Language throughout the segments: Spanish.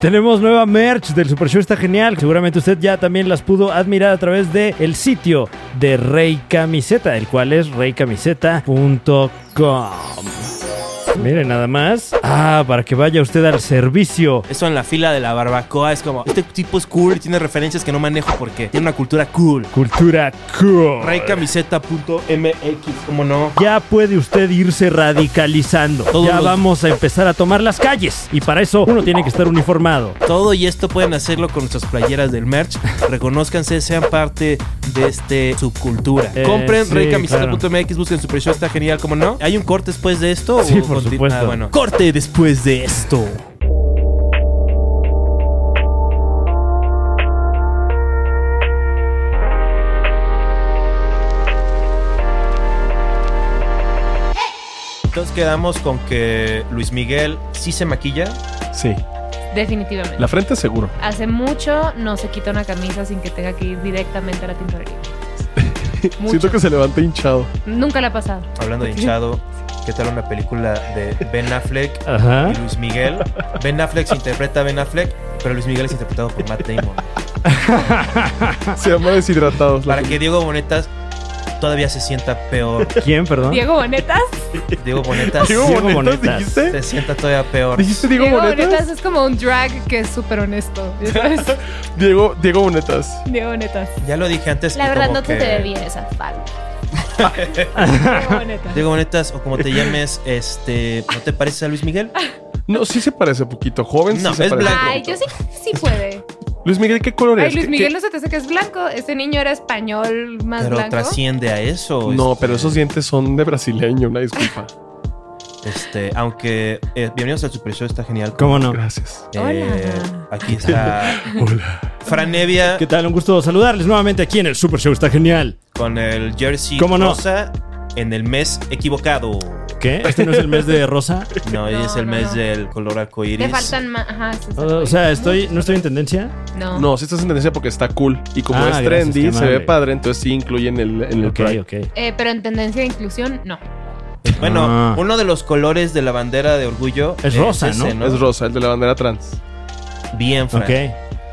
Tenemos nueva merch del Super Show, está genial. Seguramente usted ya también las pudo admirar a través del el sitio de Rey Camiseta, el cual es reycamiseta.com. Mire nada más. Ah, para que vaya usted al servicio. Eso en la fila de la barbacoa es como, este tipo es cool y tiene referencias que no manejo porque tiene una cultura cool. Cultura cool. Raycamiseta.mx, ¿cómo no? Ya puede usted irse radicalizando. Todos ya los- vamos a empezar a tomar las calles. Y para eso uno tiene que estar uniformado. Todo y esto pueden hacerlo con nuestras playeras del merch. Reconózcanse, sean parte de este subcultura. Eh, Compren sí, reycamiseta.mx, busquen su precio, está genial, ¿cómo no? ¿Hay un corte después de esto? Sí, por conti- supuesto. Ah, bueno. Corte después de esto. Entonces quedamos con que Luis Miguel sí se maquilla. Sí. Definitivamente. La frente seguro. Hace mucho no se quita una camisa sin que tenga que ir directamente a la tintorería. Mucho. Siento que se levanta hinchado. Nunca la ha pasado. Hablando de hinchado, ¿qué tal una película de Ben Affleck Ajá. y Luis Miguel? Ben Affleck se interpreta a Ben Affleck, pero Luis Miguel es interpretado por Matt Damon. Se llama deshidratados. la Para que Diego Bonetas todavía se sienta peor. ¿Quién, perdón? Diego Bonetas. Diego Bonetas Diego Diego Bonetas, Bonetas. dijiste? se sienta todavía peor. ¿Dijiste Diego, Diego Bonetas? Bonetas es como un drag que es súper honesto. ¿ya sabes? Diego, Diego Bonetas. Diego Bonetas. Ya lo dije antes. La y verdad, como no te que te ve bien esa falda. Diego Bonetas. Diego Bonetas, o como te llames, este, ¿no te pareces a Luis Miguel? Ah, No, sí se parece poquito. Joven, No, sí se es parece. blanco. Ay, yo sí, sí puede. Luis Miguel, ¿qué color Ay, es? Luis ¿Qué- Miguel qué- no se te hace que es blanco. Ese niño era español más Pero blanco. trasciende a eso. No, este, pero esos dientes son de brasileño, una disculpa. Este, aunque eh, bienvenidos al Super Show, está genial. ¿Cómo no? Gracias. Eh, Hola. aquí está Hola. Fran Evia ¿Qué tal? Un gusto saludarles nuevamente aquí en el Super Show, está genial. con el jersey ¿Cómo no? rosa en el mes equivocado. ¿Qué? ¿Este no es el mes de rosa? No, hoy No, es el no, mes no. del color arcoíris. Te faltan más. Ajá, sí, sí, O sea, estoy, ¿no estoy en tendencia? No. No, sí estás en tendencia porque está cool. Y como Ah, es gracias, trendy, qué se ve amable. padre, entonces sí incluyen el, en el Ok, Pride. ok. Eh, pero en tendencia de inclusión, no. Bueno, Ah. uno de los colores de la bandera de orgullo Es rosa, ¿no? Es rosa, el de la bandera trans. Bien, Fran. Ok.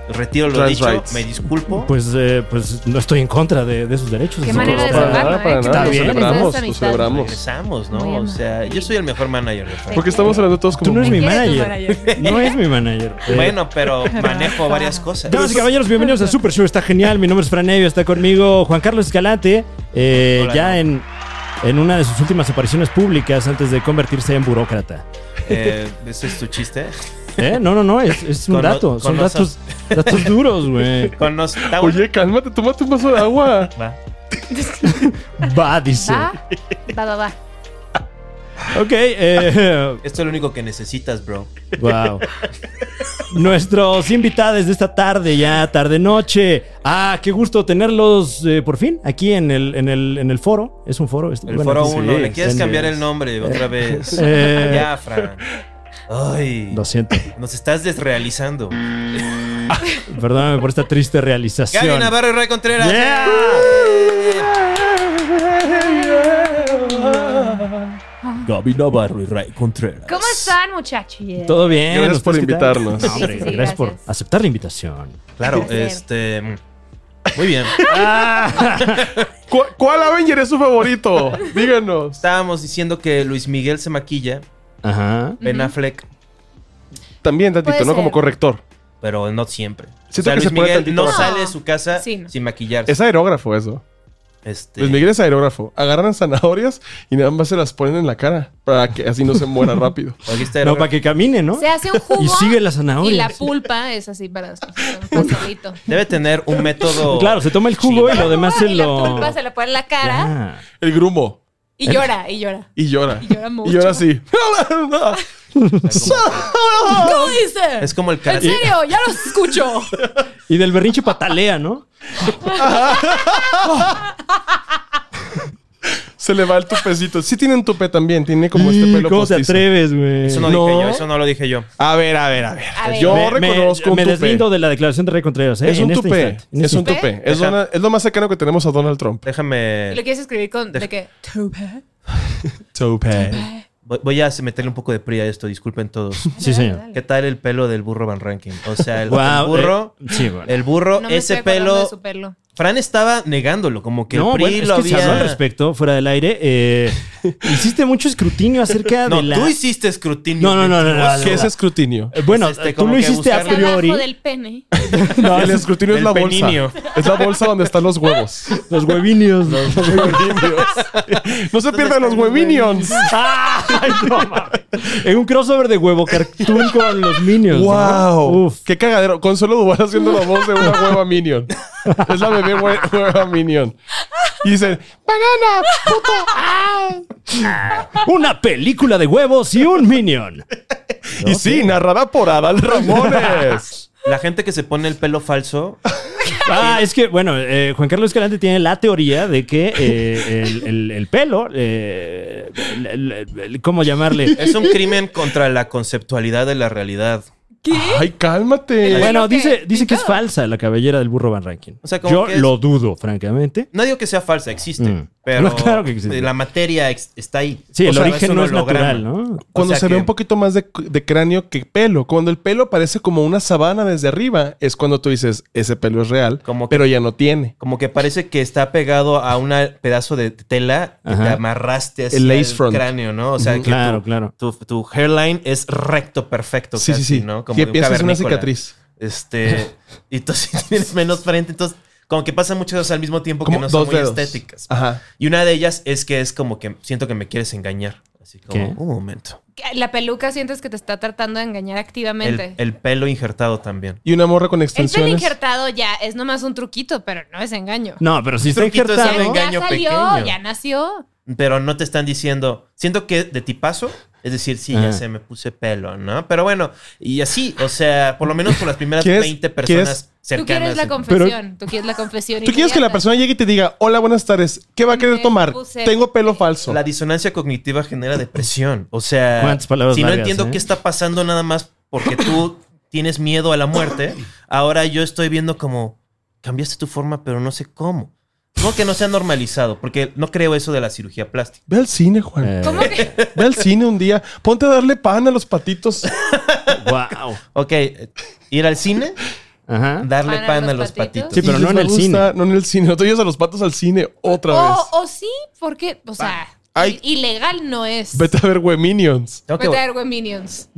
Retiro lo Trans dicho, rights. me disculpo. Pues, eh, pues no estoy en contra de, de sus derechos. Qué eso manera no de está- para salvarlo, nada, ¿eh? para Qué nada. tal Lo bien. celebramos, Esa lo amistad. celebramos. Regresamos, Muy ¿no? O amable. sea, yo soy el mejor manager de Fran. Porque estamos hablando todos como. Tú no eres mi ¿Quién es tu manager. No es mi manager. Eh, Bueno, pero manejo varias cosas. Damas y caballeros, bienvenidos a Super Show, está genial. Mi nombre es Fran Evia, está conmigo Juan Carlos Escalante. eh, Hola. ya en, en una de sus últimas apariciones públicas antes de convertirse en burócrata. Eh, ¿Ese es tu chiste? ¿Eh? No, no, no, es, es un Cono- dato. Son conoces- datos, datos duros, güey. Con nos... ¿Está bueno? Oye, cálmate, tómate un vaso de agua. Va. Va, dice. Va, va, va, va. Ok, eh, Esto es lo único que necesitas, bro. wow. Nuestros invitados de esta tarde, ya tarde noche. Ah, qué gusto tenerlos eh, por fin aquí en el, en el, en el foro. Es un foro. este, El foro 1. uno ¿Le quieres cambiar el nombre otra vez? eh. ya, Fran. Ay. Lo siento. Nos estás desrealizando. Perdóname por esta triste Gaby realización. Navarro y Ray Contreras. Yeah. Gaby Navarro y Ray Contreras. ¿Cómo están, muchachos? Todo bien. Gracias por ¿Ustedes qué tal? invitarnos. No, hombre, Sí, sí, sí, gracias por gracias. aceptar la invitación. Claro, Placer. este. Muy bien. ¿Cu- ¿Cuál Avenger es su favorito? Díganos. Estábamos diciendo que Luis Miguel se maquilla, Ajá. Ben Ujú. Affleck, También, tantito, Puede ¿no? ser. Como corrector. pero no siempre. Siento o sea, que Luis se pone Miguel tantito- no No. sale de su casa Sí, no. sin maquillarse. Es aerógrafo eso. Este, Luis Miguel es aerógrafo. Agarran zanahorias y nada más se las ponen en la cara para que así no se muera rápido. Oye, este No, aerógrafo- para que camine, ¿no? Se hace un jugo. Y sigue la y zanahoria. la pulpa es así para un pastelito. Debe tener un método. Claro, se toma el jugo y Chido. lo demás se Y la lo. pulpa se la pone en la cara Ah. El grumo. y llora, y llora. Y llora. Y llora mucho. Y llora así. Es como, Oh. ¿Cómo dice? es como el En karate. serio, ya los escucho. Y del berrinche patalea, ¿no? se le va el tupecito. Sí tienen tupe también. Tiene como este Y pelo ¿Cómo te postizo. atreves, güey? Eso no, dije yo, eso no lo dije yo. A ver, a ver, a ver. A ver. Yo Me- me- reconozco un Me, tupé. deslindo de la declaración de Rey Contreras, ¿eh? Es un En este tupé. instante. En es este un instante. tupé. Es, Ajá. Donald- es lo más cercano que tenemos a Donald Trump. Déjame. Y lo quieres escribir con de que tupe. Tupé. Voy- Voy a meterle un poco de pri a esto, disculpen todos. Sí, Dale, señor. dale. ¿Qué tal el pelo del burro Van Ranking? O sea, el, Guau, el burro, eh, sí, bueno. el burro, No me ese estoy acordando pelo, de su pelo. Fran estaba negándolo, como que no, el PRI bueno, es lo que se habló al había. respecto, fuera del aire. eh, hiciste mucho escrutinio acerca no, de la. tú hiciste escrutinio. No, no, no, no, no, mentiroso. no, ¿Qué no. es escrutinio? Eh, Bueno, Este, tú como lo que hiciste a buscar- Está priori. abajo del pene. No, El escrutinio es el la peninio. bolsa. Es la bolsa donde están los huevos. los huevinios. Los huevinios. No se pierdan los huevinions. ¡Ay, no mames! En un crossover de huevo cartoon con los minions. ¿no? ¡Wow! Uf. ¡Qué cagadero! Consuelo Duval haciendo la voz de una hueva Minion. Es la bebé hue- hueva Minion. Y dicen, ¡Banana! ¡Puto! ¡Ah! Una película de huevos y un minion. Y sí, narrada por Adal Ramones. La gente que se pone el pelo falso, Ah, es que, bueno, eh, Juan Carlos Escalante tiene la teoría de que eh, el, el- el pelo, eh, el- el- el- ¿cómo llamarle? es un crimen contra la conceptualidad de la realidad. ¡Ay, cálmate! Bueno, creo que- dice, dice que es pintado. falsa la cabellera del burro Van Rankin. O sea, como Yo que es- lo dudo, francamente. No digo que sea falsa, existe. Mm. Pero No, claro que existe. la materia ex- está ahí. Sí, O el sea, origen un no es holograma. natural, ¿no? Cuando o sea se ve que- un poquito más de, de cráneo que pelo. Cuando el pelo parece como una sabana desde arriba, es cuando tú dices, ese pelo es real, Como que- pero ya no tiene. Como que parece que está pegado a un pedazo de tela que te Ajá. amarraste hacia el, El lace front. cráneo, ¿no? O sea, que Claro, tu, claro. Tu, tu hairline es recto, perfecto. Sí, sí, casi, sí. ¿no? Sí, de un piensas en una cavernícola. cicatriz. Este. y tú sí tienes menos frente. Entonces, como que pasan muchas cosas al mismo tiempo que Como no son dos muy dedos. Ah. estéticas. pues. Ajá. Y una de ellas es que es como que siento que me quieres engañar. Así como, ¿Qué? "Uh, un momento. La peluca sientes que te está tratando de engañar El, activamente. El, el pelo injertado también. Y una morra con pelo extensiones. injertado ya es nomás un truquito, pero no es engaño. No, pero si está Truquito es injertado. un engaño ya salió, pequeño. ya nació. pero no te están diciendo, siento que de tipazo, es decir, sí, ya Ah. se me puse pelo, ¿no? Pero bueno, y así, o sea, por lo menos por las primeras ¿Quieres- 20 quieres- personas Tú quieres cercanas. la confesión. Tú quieres la confesión. Tú quieres que la inmediata. persona llegue y te diga, hola, buenas tardes, ¿qué va a querer Me tomar? puse- Tengo pelo falso. la disonancia cognitiva genera depresión, o sea, ¿Cuántas palabras si no largas, entiendo eh? qué está pasando nada más porque tú tienes miedo a la muerte, ahora yo estoy viendo como cambiaste tu forma, pero no sé cómo. No que no sea normalizado, porque no creo eso de la cirugía plástica. Ve al cine, Juan. Eh, ¿Cómo que? Ve al cine un día. Ponte a darle pan a los patitos. wow. Ok, eh, ir al cine, Ajá. darle ¿Pan a pan a los, los patitos. patitos? Sí, pero Y no en les el va a cine. gustar. No en el cine. No te llevas a los patos al cine otra vez. O, o sí, porque, o sea, Ay. i- ilegal no es. Vete a ver, güey, Minions. Tengo que Vete a ver, güey, Minions.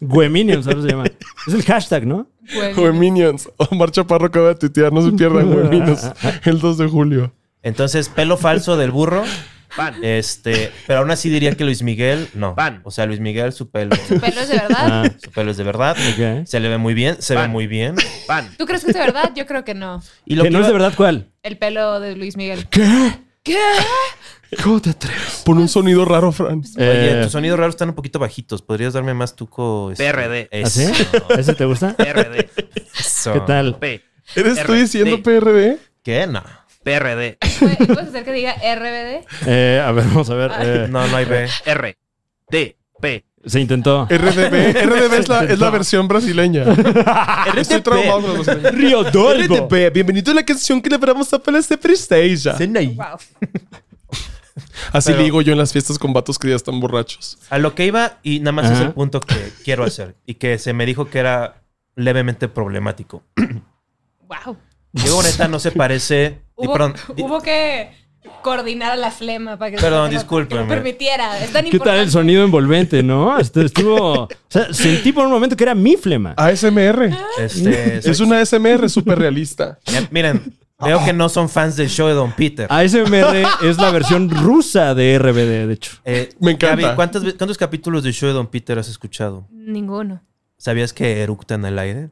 Güeminions, ahora se llama. Es el hashtag, ¿no? Güey, Güey, Minions. Omar Chaparro acaba de tuitear. No se pierdan, güey, Minions. El 2 de julio. Entonces, pelo falso del burro. Este, pero aún así diría que Luis Miguel, no. O sea, Luis Miguel, su pelo. Su pelo es de verdad. Ah, Su pelo es de verdad. Ok. Se le ve muy bien, se ve muy bien. ¿Tú crees que es de verdad? Yo creo que no. Y lo que no iba- es de verdad cuál. El pelo de Luis Miguel. ¿Qué? ¿Cómo te atreves? Pon un sonido raro, Fran. Oye, Eh, tus sonidos raros están un poquito bajitos. ¿Podrías darme más tuco? este, PRD. ¿Ah, Eso. sí? ¿Ese te gusta? PRD. eso. ¿Qué tal? P. ¿Eres tú RD. diciendo PRD? ¿Qué? No. PRD. ¿Puedes puedes hacer que diga RBD? Eh, a ver, vamos a ver. eh, No, no hay B. R. D. P. se intentó. RDB. RDB es la, es la versión brasileña. Estoy traumado con los brasileños. Río Dorgo. RDB, bienvenido a la canción que elaboramos a Pelas de Prestige. Wow. Así Pero- digo yo en las fiestas con vatos que ya están borrachos. A lo que iba, y nada más es Ajá. el punto que quiero hacer. Y que se me dijo que era levemente problemático. Wow. Diego Boneta no se parece. y Hubo, perdón, di- hubo que coordinar a la flema para que Perdón, que lo- discúlpeme. que lo permitiera. Es tan ¿Qué tal el importante. sonido envolvente, no? Este Estuvo. O sea, sentí por un momento que era mi flema. ASMR. este, soy- Es una ASMR súper realista. Ya, Miren, veo que no son fans del show de Don Peter. Ah, ASMR es la versión rusa de RBD, de hecho. Eh, Me encanta. Gaby, ¿cuántas ve- ¿cuántos capítulos del show de Don Peter has escuchado? Ninguno. ¿Sabías que eructa en el aire?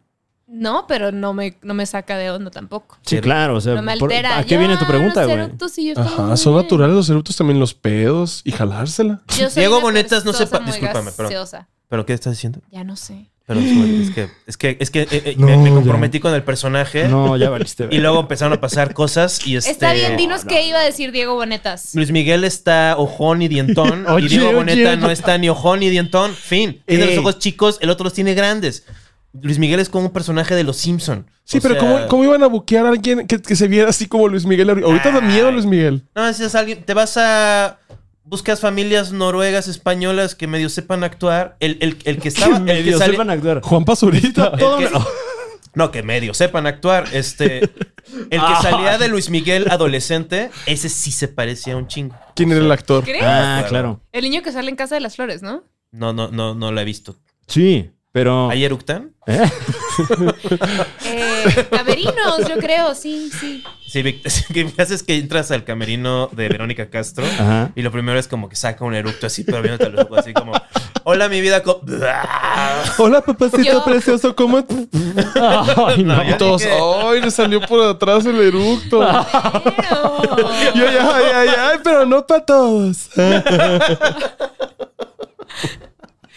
No, pero no me, no me saca de onda tampoco. Sí, Pero- claro, o sea, No me por- altera. ¿a qué Ya, viene tu pregunta, los güey? eructos y yo estoy Ajá, muy son bien. naturales los eructos, también los pedos y jalársela. Yo soy Diego una Bonetas no persona sepa- muy discúlpame, perdón. gaseosa. ¿Pero qué estás diciendo? Ya no sé. Perdón, es que, es que, es que eh, eh, me, No, me ya. comprometí con el personaje No, ya valiste. ¿Eh? y luego empezaron a pasar cosas y este... Está bien, dinos qué iba a decir Diego Bonetas. Luis Miguel está ojón y dientón Oye, y Diego oye, Boneta no oye. Eh. está ni ojón ni dientón. Fin. Tiene Ey. los ojos chicos, el otro los tiene grandes. Luis Miguel es como un personaje de Los Simpson. Sí, O pero sea, ¿cómo, cómo iban a buquear a alguien que, que se viera así como Luis Miguel? ahori- Ahorita da miedo Luis Miguel. No, si es alguien, te vas a buscas familias noruegas, españolas que medio sepan actuar. El, el- el que estaba. el que medio sale- sepan actuar. Juan Pazurita. Todo que- una- No, que medio sepan actuar. Este. El que salía de Luis Miguel adolescente, ese sí se parecía un chingo. ¿Quién era el actor? ¿Crees? Ah, claro. El niño que sale en Casa de las Flores, ¿no? No, no, no, no la he visto. Sí, pero. ¿Ahí eructan? ¿Eh? Eh, Caverinos, yo creo, sí, sí. Sí, Vic- sí, que haces que entras al camerino de Verónica Castro Ajá. y lo primero es como que saca un eructo así, pero viéndote los ojos así como, hola mi vida. co-". Hola, papacito Yo- precioso, ¿cómo estás? Ay, no. No, Y todos, ¡ay! Le salió por atrás el eructo. Pero- Yo, ay, ay, ay, ay, pero no para todos.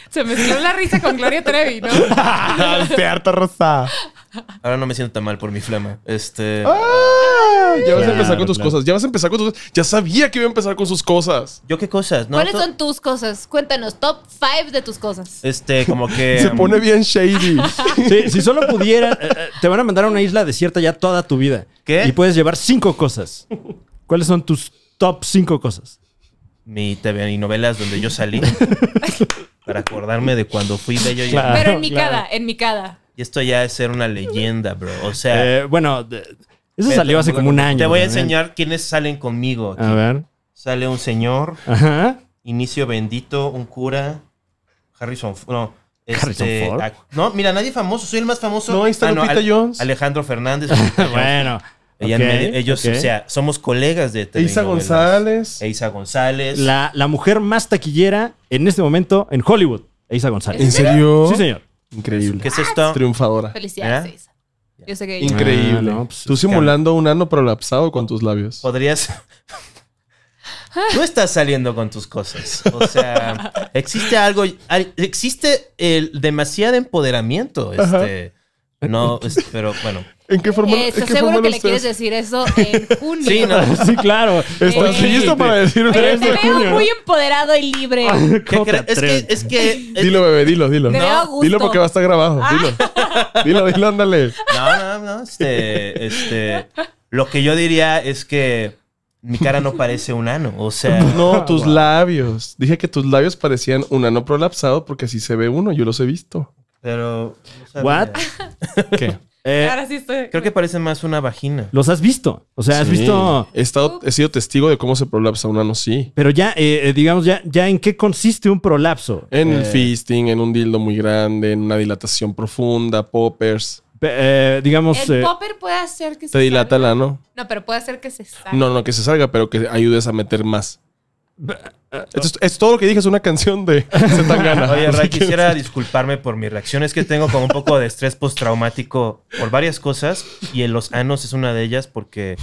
Se mezcló la risa con Gloria Trevi, ¿no? Te harta rosa. Ahora no me siento tan mal por mi flama. Este, Ah, ya vas a Claro, empezar con tus claro. cosas. Ya vas a empezar con tus cosas. Ya sabía que iba a empezar con sus cosas. ¿yo qué cosas? No, ¿Cuáles To- son tus cosas? Cuéntanos, top 5 de tus cosas. Eh, Este, como que... Se pone bien shady. Sí, si solo pudiera, eh, eh, te van a mandar a una isla desierta ya toda tu vida. ¿Qué? Y puedes llevar cinco cosas. ¿Cuáles son tus top cinco cosas? Mi TV y novelas donde yo salí. para acordarme de cuando fui bello y... Claro. Pero en mi ah, claro. cada, en mi cada. Y esto ya es ser una leyenda, bro. O sea... Eh, bueno, de- eso vete, salió hace como un año. Te voy a también. enseñar quiénes salen conmigo. aquí. A ver. Sale un señor, Ajá. Inicio Bendito, un cura, Harrison... F- No, este, Harrison Ford. ac- No, mira, nadie famoso. Soy el más famoso. No, ahí está Lupita Ale- Jones. Alejandro Fernández. Lupita Jones. Bueno. Ella ok, en medio- ellos, ok. o sea, somos colegas de TV Isa novelas. González. Eiza González. la, la mujer más taquillera en este momento en Hollywood, Eiza González. ¿En serio? Sí, señor. ¿Qué Increíble. es esto? Triunfadora. Felicidades, ¿Eh? Isa. Yo sé que ella. Increíble. Ah, no, pues, Tú simulando un ano prolapsado con tus labios. Podrías. Tú estás saliendo con tus cosas. O sea, existe algo. al- Existe el demasiado empoderamiento. Este. No, es- pero bueno. ¿En qué forma? Eh, ¿En Estoy qué seguro forma que lo le quieres estás? decir eso en junio. Sí, no. Sí, claro. ¿Estás Oye, listo para decir Pero te de junio, veo ¿no? Ah, muy empoderado y libre. ¿Qué ¿Cómo te cre- es que. atreves? Es que es- Dilo, bebé, dilo, dilo. Te veo a gusto. Dilo porque va a estar grabado. Ah. Dilo. Dilo, dilo, ándale. no, no, no. Este, este. Lo que yo diría es que mi cara no parece un ano. O sea. No, tus labios. Dije que tus labios parecían un ano prolapsado porque así se ve uno. Yo los he visto. Pero. no sabía. What? ¿Qué? Eh, Ahora sí estoy. Creo que parece más una vagina. los has visto. O sea, has visto. He, estado, he sido testigo de cómo se prolapsa un ano, sí. Pero ya, eh, eh, digamos, ya, ya en qué consiste un prolapso. En el Eh, fisting, en un dildo muy grande, en una dilatación profunda, poppers. pe- eh, digamos, El eh, popper puede hacer que se. ¿Te dilata salga. el ano? No, pero puede hacer que se salga. No, no, que se salga, pero que ayudes a meter más. Esto es, es todo lo que dije, es una canción de Zetangana. Oye, Ray, quisiera disculparme por mi reacción. Es que tengo como un poco de estrés postraumático por varias cosas y en los anos es una de ellas porque...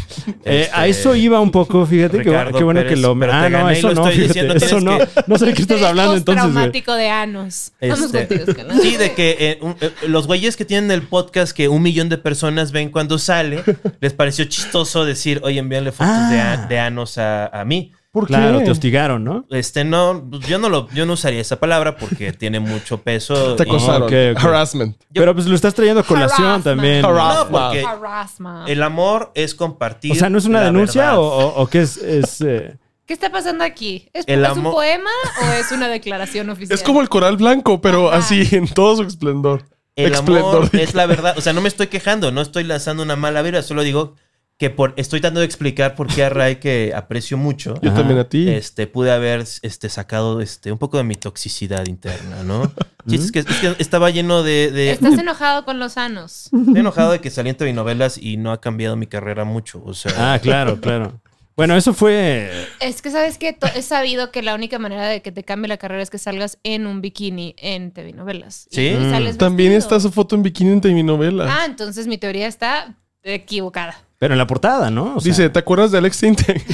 eh, este, a eso iba un poco, fíjate que, Ricardo qué bueno que Pérez, lo. pero te Ah, no, gané y eso lo no, estoy fíjate, diciendo, eso tienes no. que- No sé de qué estás Estrés hablando entonces. güey. Traumático de anos. Vamos este, contigo, Oscar, ¿no? Sí, de que eh, un- eh, los güeyes que tienen el podcast que un millón de personas ven cuando sale, les pareció chistoso decir, oye, envíanle fotos de, a- Ah. de anos a, a mí. ¿Por Claro, qué? te hostigaron, ¿no? Este, no, yo no lo, yo no usaría esa palabra porque tiene mucho peso. Te y- acosaron. ok, ok. Harassment. Pero pues lo estás trayendo a colación Harassment. también. Harassment. no, porque Harassment. el amor es compartir. O sea, ¿no es una la denuncia verdad. o, o- o qué es? es, eh, ¿Qué está pasando aquí? ¿Es, El es un amo- poema o es una declaración oficial? Es como el coral blanco, pero Ajá. así en todo su esplendor. El Esplendor. amor es la verdad. O sea, no me estoy quejando, no estoy lanzando una mala vibra, solo digo que por, estoy tratando de explicar por qué a Ray, que aprecio mucho, Yo Ajá. también a ti. este, pude haber este, sacado este, un poco de mi toxicidad interna, ¿no? Sí, es, que, es que estaba lleno de... de- Estás enojado con los anos. estoy enojado de que salí en telenovelas y no ha cambiado mi carrera mucho. O sea, ah, claro, claro. Bueno, eso fue. Es que sabes que to- he sabido que la única manera de que te cambie la carrera es que salgas en un bikini en TV novelas. Y- ¿Sí? y sales Mm, También vestido. está su foto en bikini en telenovela. Ah, entonces mi teoría está equivocada. Pero en la portada, ¿no? O sea, Dice, ¿te acuerdas de Alex Sintek?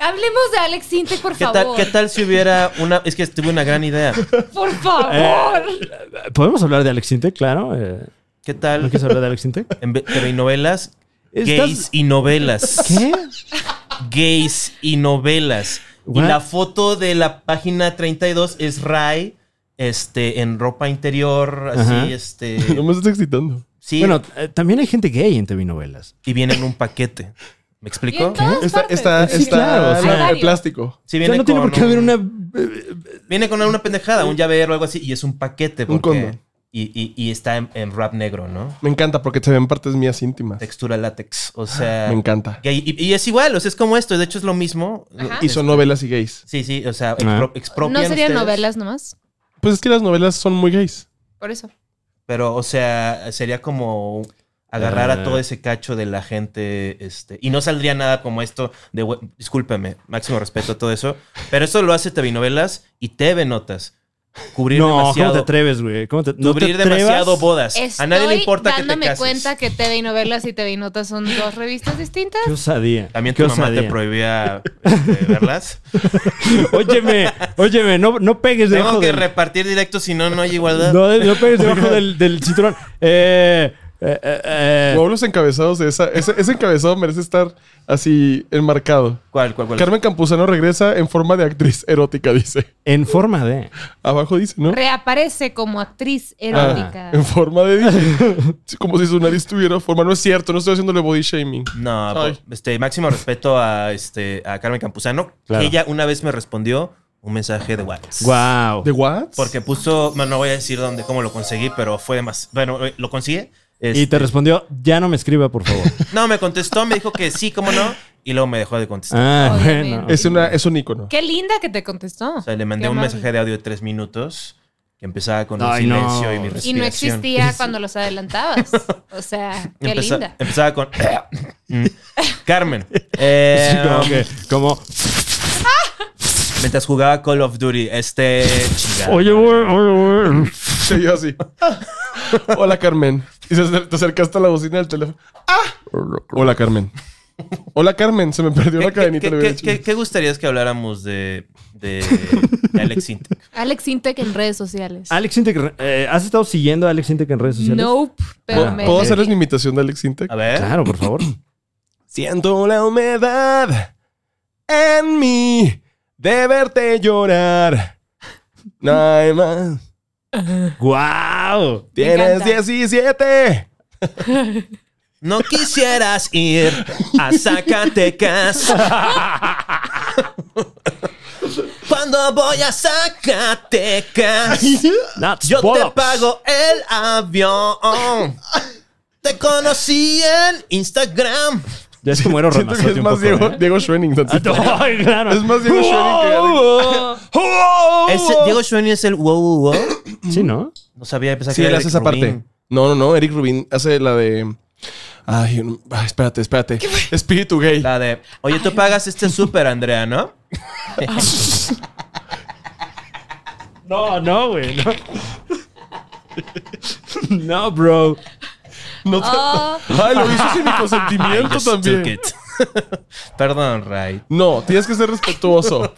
Hablemos de Alex Sinte, por ¿qué, tal, favor. ¿qué Eh, tal si hubiera una... Es que tuve una gran idea. Por favor. eh, ¿Podemos hablar de Alex Sintek? Claro. eh, ¿Qué ¿No tal quieres hablar de Alex Sintek? en ve- telenovelas? Estás- Gays y novelas. ¿Qué? gays y novelas. What? Y la foto de la página 32 es Ray este, en ropa interior, así, Ajá. este. no me estás excitando. Sí, Bueno, eh, también hay gente gay en TV novelas. y viene en un paquete. Y en ¿Me explico? todas Está, partes. está, Sí, está claro, la- sí. Hay el varios. plástico. Sí, O viene sea, no tiene con por qué haber un- una. eh, Viene con una pendejada, un llavero o algo así, y es un paquete. Un porque- condón. Y, y- y está en, en rap negro, ¿no? Me encanta porque se ven partes mías íntimas. Textura látex. Ah, O sea. Me encanta. que- y, y es igual, o sea, es como esto. De hecho, es lo mismo. Ajá. Y son novelas y gays. Sí, sí, o sea, Ah. expro- expropian. No serían ustedes, novelas nomás. Pues es que las novelas son muy gays. Por eso. Pero, o sea, sería como agarrar Ah. a todo ese cacho de la gente. este Y no saldría nada como esto de. we- Discúlpeme, máximo respeto a todo eso. Pero eso lo hace TV Novelas y TV Notas. Cubrir No, ¿cómo demasiado. te atreves, güey? ¿Cómo te, no te cubrir atrevas? demasiado bodas. Estoy a nadie le importa que te dándome cases. cuenta que TV y novelas y TV y notas son dos revistas distintas. Qué osadía. También qué tu mamá te osadía. prohibía este, verlas. Óyeme, óyeme, no, no pegues debajo Tengo que del. repartir directo, si no, no hay igualdad. No, de- no pegues debajo del, del cinturón. Eh, eh, eh, eh. O los encabezados de esa. Ese, ese encabezado merece estar así enmarcado. ¿Cuál, cuál, cuál? Carmen Campuzano regresa en forma de actriz erótica, dice. En forma de. Abajo dice, ¿no? Reaparece como actriz erótica. Ah, en forma de dije. Sí, Como si su nariz tuviera forma. No es cierto, no estoy haciéndole body shaming. No, Ay. po- este, máximo respeto a, este, a Carmen Campuzano. Claro. Ella una vez me respondió un mensaje de WhatsApp. Wow. ¿De what? Porque puso, bueno, no voy a decir dónde, cómo lo conseguí, pero fue de más. Bueno, eh, lo conseguí. Y te Este, respondió, ya no me escriba, por favor. No, me contestó, me dijo que sí, cómo no, y luego me dejó de contestar. Ah, Obviamente. bueno. Es, una, es un icono. Qué linda que te contestó. Ah. O sea, le mandé Qué un amable. mensaje de audio de tres minutos que empezaba con el Ay, no. silencio y mi Y no Y respiración. no existía cuando los adelantabas. O sea, qué Empeza- linda. Empezaba con. Mm. Carmen. eh, Sí, como que, como, Mientras jugaba Call of Duty, este. chingada. oye, güey, oye, güey. Se yo así. Hola, Carmen. Y se acer- te acercaste a la bocina del teléfono. ¡Ah! Hola, Carmen. Hola, Carmen. Se me perdió la ¿Qué, qué, cadenita. qué, le hubiera qué, dicho. qué- qué gustarías que habláramos de, de, de Alex Intec? Alex Intec en redes sociales. Alex Intec, eh, ¿has estado siguiendo a Alex Intec en redes sociales? Nope, pero ¿Puedo- me. ¿Puedo hacerles mi imitación de Alex Intec? A ver. Claro, por favor. Siento la humedad en mí de verte llorar. No hay más. ¡Wow! Tienes encanta. 17. No quisieras ir a Zacatecas. Cuando voy a Zacatecas, yo te pago el avión. Te conocí en Instagram. Ya se muero Siento que ramazote es un más poco, Diego, ¿eh? Diego Schwenning. Ah, no, ay, claro. Es más Diego Schoening que Oh. Ese- Diego Schoening es el wow, wow, wow. Sí, ¿no? No sabía pensaba Sí, que él era hace Eric esa Rubin. parte. No, no, no. Eric Rubin hace la de. Ay, un- ay, espérate, espérate. Espíritu gay. La de, oye, tú pagas este súper, Andrea, ¿no? No, no, güey. No. no, bro. No te- Oh, Ay, lo hizo sin mi I consentimiento just también. took it. Perdón, Ray. No, tienes que ser respetuoso.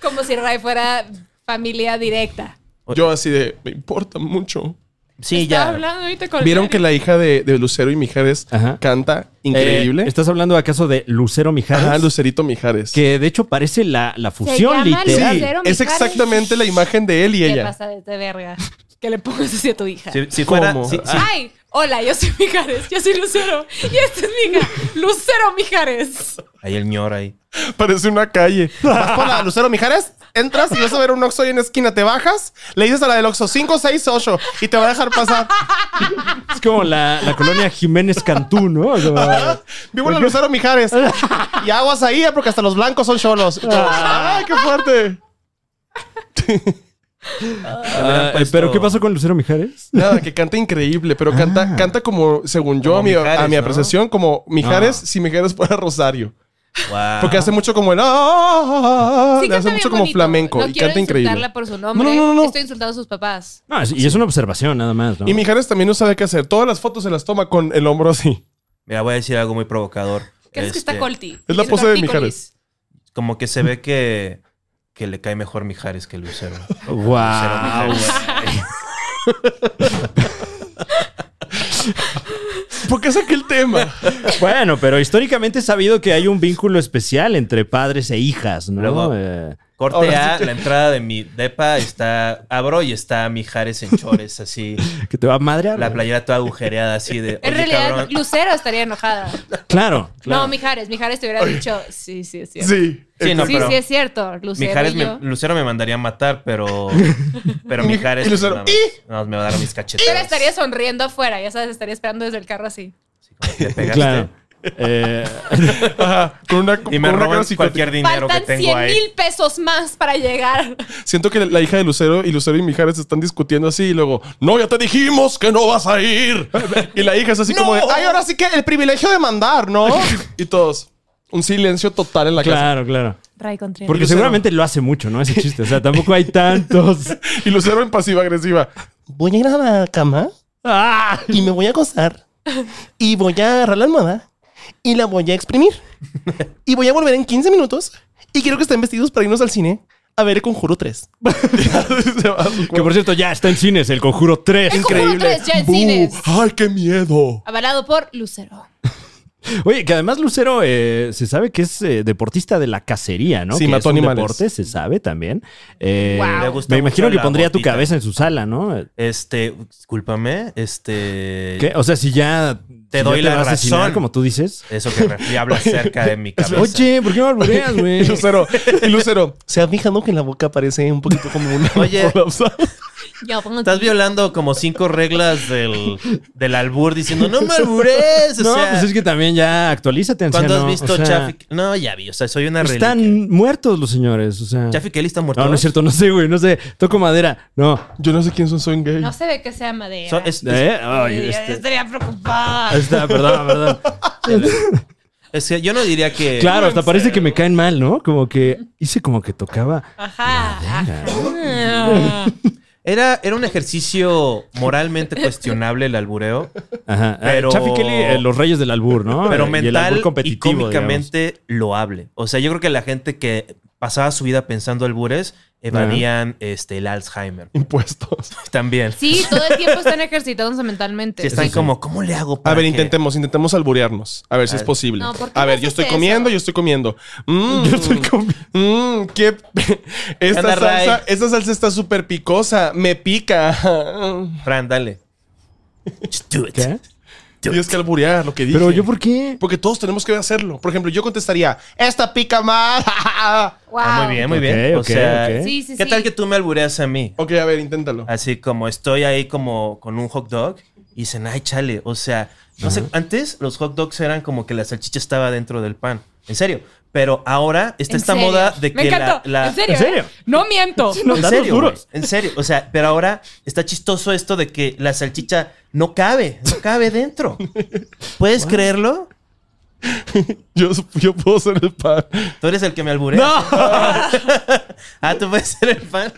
Como si Ray fuera familia directa. Yo así de. Me importa mucho. Sí, Estaba ya. hablando ahorita con ¿Vieron que la hija de, de Lucero y Mijares Ajá. canta increíble? Eh, ¿Estás hablando acaso de Lucero Mijares? Ajá, Lucerito Mijares. Que de hecho parece la, la fusión llama Sí, literal. Lucero es Mijares. exactamente la imagen de él y ¿Qué ella. pasa de este verga? Que le pongas así a tu hija. Si, si fuera. ¿Cómo? si- ah, si- Ay, hola, yo soy Mijares, yo soy Lucero. Y esta es mi hija, Lucero Mijares. Ahí el ñor ahí. Parece una calle. Vas por la de Lucero Mijares, entras y vas a ver un Oxxo ahí en la esquina, te bajas, le dices a la del Oxxo 568 y te va a dejar pasar. Es como la, la colonia Jiménez Cantú, ¿no? Como- Vivo en la Lucero Mijares. Y aguas ahí, eh, porque hasta los blancos son cholos. ¡Ay, qué fuerte! Ah, eh, ¿Pero qué pasó con Lucero Mijares? Nada, que canta increíble, pero canta, canta como, según yo, Ah. Como a mi, a Mijares, mi ¿no? Ah. apreciación, como Mijares si Mijares fuera Rosario. Wow. Porque hace mucho como el... ah, Sí, le hace canta mucho bien como bonito. flamenco No y quiero canta increíble. insultarla por su nombre. No, no, no, no. Estoy insultando a sus papás. No, es- y es una observación nada más, ¿no? Y Mijares también no sabe qué hacer. Todas las fotos se las toma con el hombro así. Mira, voy a decir algo muy provocador. ¿Crees que está Este, Colti? Es la Y pose de tortícolis. Mijares. Como que se ve que, que le cae mejor Mijares que Lucero. Lucero Ah. Wow. Mijares. ¿Por qué saqué el tema? Bueno, pero históricamente he sabido que hay un vínculo especial entre padres e hijas, ¿no? Luego, Eh, Corte A, Ahora sí te- la entrada de mi depa está. Abro y está Mijares en chores, así. Que te va a madrear. La güey. playera toda agujereada, así de. "Oye, En realidad, cabrón". Lucero estaría enojada. Claro, claro. No, Mijares, Mijares te hubiera dicho, sí, sí, es cierto. Sí, Sí. Sí, no, sí, pero- es cierto. Lucero Mijares y me- yo. Lucero me mandaría a matar, pero. Pero Y- Mijares. y Lucero, nada más- nada más me va a dar mis Pero cachetadas. estaría sonriendo afuera, ya sabes, estaría esperando desde el carro así. Así como, "Te pegaste". Claro. Eh, Ajá, con una, con Y me una cara roban psicótica. cualquier dinero que Faltan tengo 100 ahí. mil pesos más para llegar. Siento que la hija de Lucero y Lucero y Mijares están discutiendo así y luego, no, ya te dijimos que no vas a ir. Y la hija es así como de, ay, ahora sí que el privilegio de mandar, ¿no? y todos, un silencio total en la claro, claro. Ray Contreras. Porque Lucero. seguramente lo hace mucho, ¿no? Ese chiste. O sea, tampoco hay tantos. casa. Y Lucero en pasiva agresiva. Voy a ir a la cama ¡Ah! y me voy a acostar. Y voy a agarrar la almohada y la voy a exprimir. Y voy a volver en 15 minutos. Y quiero que estén vestidos para irnos al cine a ver Conjuro 3. Se va a su Que por cuarto. cierto, ya está en cines, el conjuro 3. El Conjuro tres ya en ¡Bú! cines. ¡Ay, qué miedo! Avalado por Lucero. Oye, que además Lucero eh, se sabe que es eh, deportista de la cacería, ¿no? Sí, que mató es un animales. deporte, se sabe también. Eh, Wow. Le gusta Me imagino mucho que la pondría tu gotita. cabeza en su sala, ¿no? Este, discúlpame, este. ¿Qué? O sea, si ya Te si ya doy la va a asesinar, razón. como tú dices. Eso que Rafi habla acerca de mi cabeza. Oye, ¿por qué me albureas, Y güey? Lucero, y Lucero, ¿Se ha fijado que la boca parece un poquito como una Oye. colapsada? Ya, pongo Estás violando como cinco reglas del, del albur diciendo, no me albures. O no, sea, pues es que también ya actualízate, anciano. ¿cuándo has visto O sea, Chafi? No, ya vi, o sea, soy una reliquia. Están muertos los señores, o sea. Chafi Kelly está muerto. No, no es cierto, no sé, güey, no sé. Toco madera. No. yo no sé quién son, soy gay. No se ve que sea madera. So- es- es- ¿Eh? Ay, Yo este- estaría preocupada. ahí está, perdón, perdón. es que yo no diría que. Claro, hasta parece que me caen mal, ¿no? Como que hice como que tocaba. Ah. Ajá. ajá. Era, era un ejercicio moralmente cuestionable el albureo, Ajá. Pero- Pero... Chaffee Kelly, eh, los reyes del albur, ¿no? pero Eh, y el mental albur y, competitivo, digamos. cómicamente loable. O sea, yo creo que la gente que pasaba su vida pensando albures evadían este, el Alzheimer Impuestos. también. Sí, todo el tiempo están ejercitándose mentalmente. Sí, están sí. como, ¿cómo le hago para A ver, que- intentemos, intentemos alburearnos. A ver si A es ver. posible. No, ¿por qué a ver, no yo estoy haces comiendo, eso? yo estoy comiendo. Mm. yo estoy comiendo. Mm, qué. Esta Anda, Ray. salsa, esta salsa está súper picosa. Me pica. Fran, dale. Just do it. ¿Qué? Tienes que alburear lo que dije. Pero yo, ¿por qué? Porque todos tenemos que hacerlo. Por ejemplo, yo contestaría: Esta pica más. Wow. Ah, muy bien, muy Ok, bien. o ok, sea, ok. Sí, sí, ¿qué sí. tal que tú me albureas a mí? ok, a ver, inténtalo. Así como estoy ahí como con un hot dog y dicen, ay, chale. O sea, no sé, antes los hot dogs eran como que la salchicha estaba dentro del pan. En serio. Pero ahora está ¿En esta serio? moda de Me que la- encantó. la, En serio. ¿En serio? ¿eh? No miento. No, en datos serio, duros. güey, en serio. O sea, pero ahora está chistoso esto de que la salchicha no cabe, no cabe dentro. ¿Puedes creerlo? Yo, yo puedo ser el pan. Tú eres el que me alburea. ¡No! ah, tú puedes ser el fan.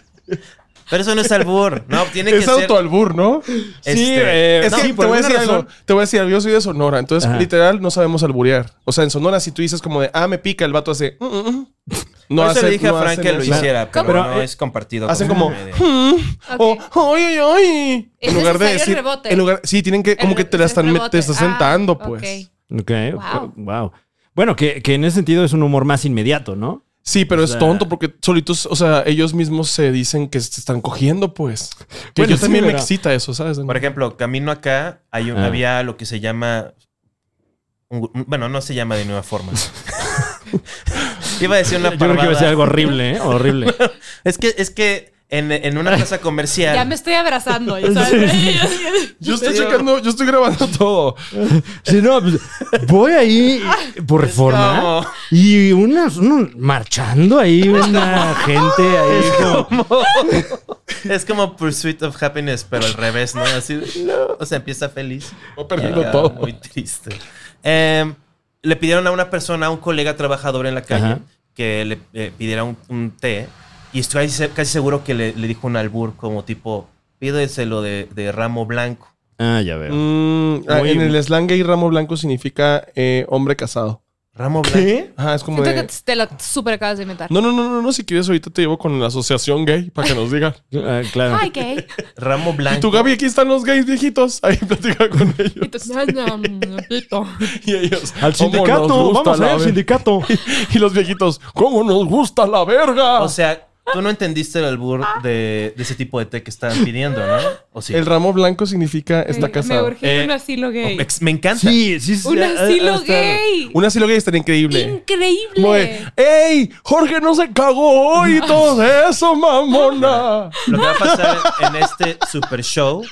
Pero eso no es albur. No, tiene que Es ser. autoalbur, ¿no? Sí, Este, eh, Es no, que sí, te por voy a alguna decir algo. razón. Te voy a decir algo. Yo soy de Sonora. Entonces, Ajá. literal, no sabemos alburear. O sea, en Sonora, si tú dices como de, ah, me pica, el vato hace. "Mm, mm, mm". No Por eso hace- le dije no a Frank hace que lo eso. hiciera, pero, ¿Cómo? Pero, no eh, es compartido. hacen con como, nadie. "Hmm". Oh, ay, ay, ay. Es en lugar de necesario el decir, rebote. en lugar, sí, tienen que, como que te la están, met- te Ah, estás sentando, pues. Ok, Wow. wow. Bueno, que, que en ese sentido es un humor más inmediato, ¿no? Sí, pero O es sea- tonto porque solitos, o sea, ellos mismos se dicen que se están cogiendo, pues. Que Bueno, yo sí, también me pero- excita eso, ¿sabes? Por ejemplo, camino acá, hay un- Ah. había lo que se llama. un- un- bueno, no se llama de nueva forma. Iba a decir una Yo creo que iba a ser parvada. algo horrible, ¿eh? Horrible. Es que, es que en, en una plaza comercial. Ya me estoy abrazando, ya sabes. yo estoy checando, yo estoy grabando todo. Si no, pues, voy ahí por reforma como- y unas, uno- marchando ahí, una gente ahí. como- Es como Pursuit of Happiness, pero al revés, ¿no? Así, O sea, empieza feliz. Voy y perdiendo acaba todo. Muy triste. Em, le pidieron a una persona, a un colega trabajador en la calle, Ajá. que le eh, pidiera un, un té. Y estoy ahí se- casi seguro que le, le dijo un albur como tipo, pídeselo de, de ramo blanco. Ah, ya veo. Mm, ah, Muy- en el slang gay ramo blanco significa eh, hombre casado. Ramo blanco. ¿Qué? Ajá, es como Siento que de... te lo súper acabas de inventar. No, no, no, no, no, si quieres ahorita te llevo con la asociación gay para que nos digan. Ah, claro. Ay, gay. Ramo Y tú, blanco. Gaby, aquí están los gays viejitos. Ahí platica con ellos. Y ellos... Al "¿Cómo sindicato, nos gusta vamos a la ir al ver-" sindicato. Y los viejitos, ¿cómo nos gusta la verga? O sea, tú no entendiste el albur de, de ese tipo de té que estaban pidiendo, ¿no? O sí. el ramo blanco significa está Me casado. urgía Eh, un asilo gay. Ex- Me encanta. Sí, sí, sí. Un ah, ah, asilo está- gay. Un asilo gay estaría increíble. Increíble. Como de, ¡Ey! ¡Jorge no se cagó hoy! y Todo eso, mamona. Lo que va a pasar en este super show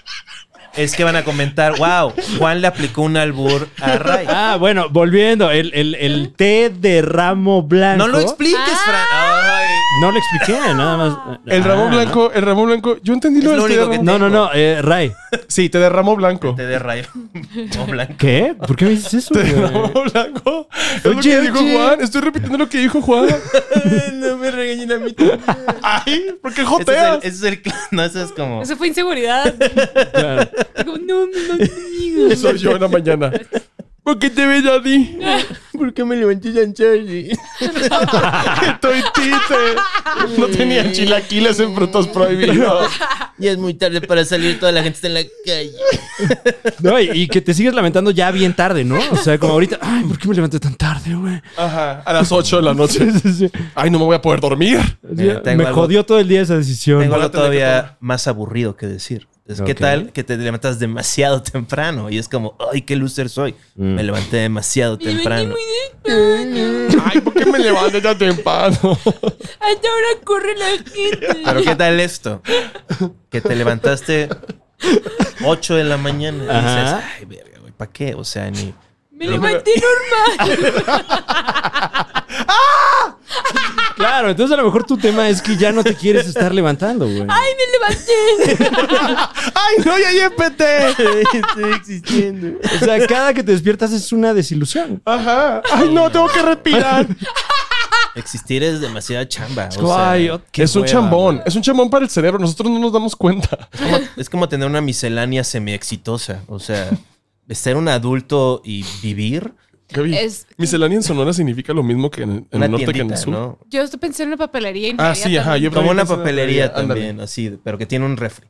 es que van a comentar, wow, Juan le aplicó un albur a Ray. Ah, bueno, volviendo, el, el, el té de ramo blanco. No lo expliques, Fran. Ay, No lo expliqué, nada más. El ramo Ah, blanco, el ramo blanco. Yo entendí lo Es del lo té único de que ramo- No, no, no, eh, Ray. Sí, te de ramo blanco. te de Ray. No, blanco. ¿Qué? ¿Por qué me dices eso? Te de güey? ramo blanco. Es lo Oye, que dijo oye. Juan. Estoy repitiendo lo que dijo Juan. no me regañen a mí. también. Ay, ¿por Ese qué es el, joteas? ese es el cl- no, ese es como Eso fue inseguridad. Claro. Como, no, no, no, no. Soy yo en la mañana. ¿Por qué te ves así? ¿Por qué me levanté tan Charlie? Estoy tite. No tenía chilaquiles en frutos prohibidos. Ya es muy tarde para salir, toda la gente está en la calle. No, y, y que te sigues lamentando ya bien tarde, ¿no? O sea, como ahorita, ay, ¿por qué me levanté tan tarde, güey? Ajá, a las 8 de la noche. Ay, no me voy a poder dormir. Mira, Ya, tengo me algo- jodió todo el día esa decisión. Tengo Ahora algo tendré que todavía más aburrido que decir. Es Ok. ¿Qué tal que te levantas demasiado temprano? Y es como, ay, qué loser soy. Me levanté demasiado temprano. Ay, ¿por qué me levanto ya temprano? Hasta ahora corre la gente. Pero ¿qué tal esto? Que te levantaste 8 de la mañana y dices, Ajá. ay, verga, güey, ¿para qué? O sea, ni... Me levanté normal. Claro, entonces a lo mejor tu tema es que ya no te quieres estar levantando, güey. Ay, me levanté. Ay, no, ya hay PT. Estoy existiendo. O sea, cada que te despiertas es una desilusión. Ajá. Ay, no, tengo que respirar. Existir es demasiada chamba. o Como, sea, ay, oh, qué es un hueva, chambón. Es un chambón para el cerebro. Nosotros no nos damos cuenta. es, como, es como tener una miscelánea semi-exitosa. O sea, ser un adulto y vivir Gaby, Es- miscelánea en Sonora significa lo mismo que en, en una el norte que en tiendita, el sur. ¿no? Yo estoy pensando en una papelería Ah, sí, ajá. inmediatamente. Yo Como también una pensé en la papelería papelería. también, así, pero que tiene un refri.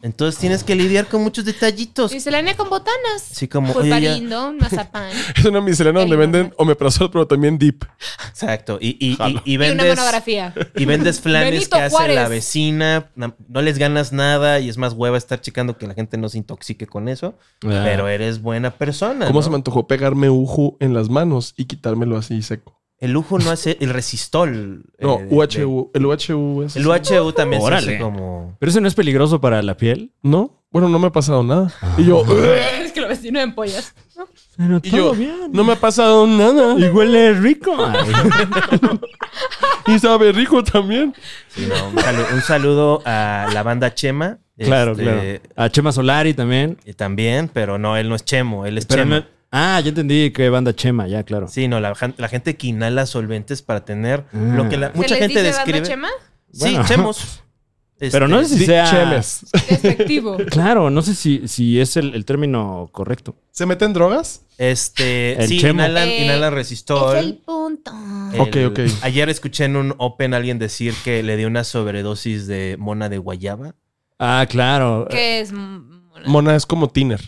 Entonces tienes que lidiar con muchos detallitos. Miscelánea con botanas. Así como, oye, ya- Pulparindo, un mazapán. Es una miscelánea donde Ay, no. venden omeprazol, pero también dip. Exacto. Y, y, y, Jalo. y Y una vendes, monografía. y vendes flanes Benito que hace Juárez. la vecina. na- No les ganas nada y es más hueva estar checando que la gente no se intoxique con eso. Ah. Pero eres buena persona. ¿Cómo ¿no? se me antojó pegarme uju en las manos y quitármelo así seco? El lujo no hace el resistol. No, eh, de- UHU. El UHU es. de- el UHU también se Órale. hace como. Pero eso no es peligroso para la piel. No, bueno, no me ha pasado nada. Y yo, Es que lo vecino de ampollas. Pero y todo yo, bien. no me ha pasado nada. Y huele rico. Ay. Y sabe rico también. sí, no, un, salu- un saludo a la banda Chema. claro, este, claro. A Chema Solari también. Y también, pero no, él no es Chemo, él es Pero Chema. no- Ah, ya entendí que banda Chema, ya, claro. Sí, no, la, jan- la gente que inhala solventes para tener lo que la, ¿Se mucha ¿Se les gente dice banda describe. Chema? Sí, Mm. Bueno. Chemos. Este, Pero no sé si Di- sea. Chemes. Despectivo. Claro, no sé si, si es el, el término correcto. ¿Se meten drogas? Este, El sí, Chemo. inhalan, Eh, inhalan Es resistol. el punto. El- Ok, ok. Ayer escuché en un open alguien decir que le dio una sobredosis de mona de guayaba, Ah, claro. Que es mona. Mona es como tiner.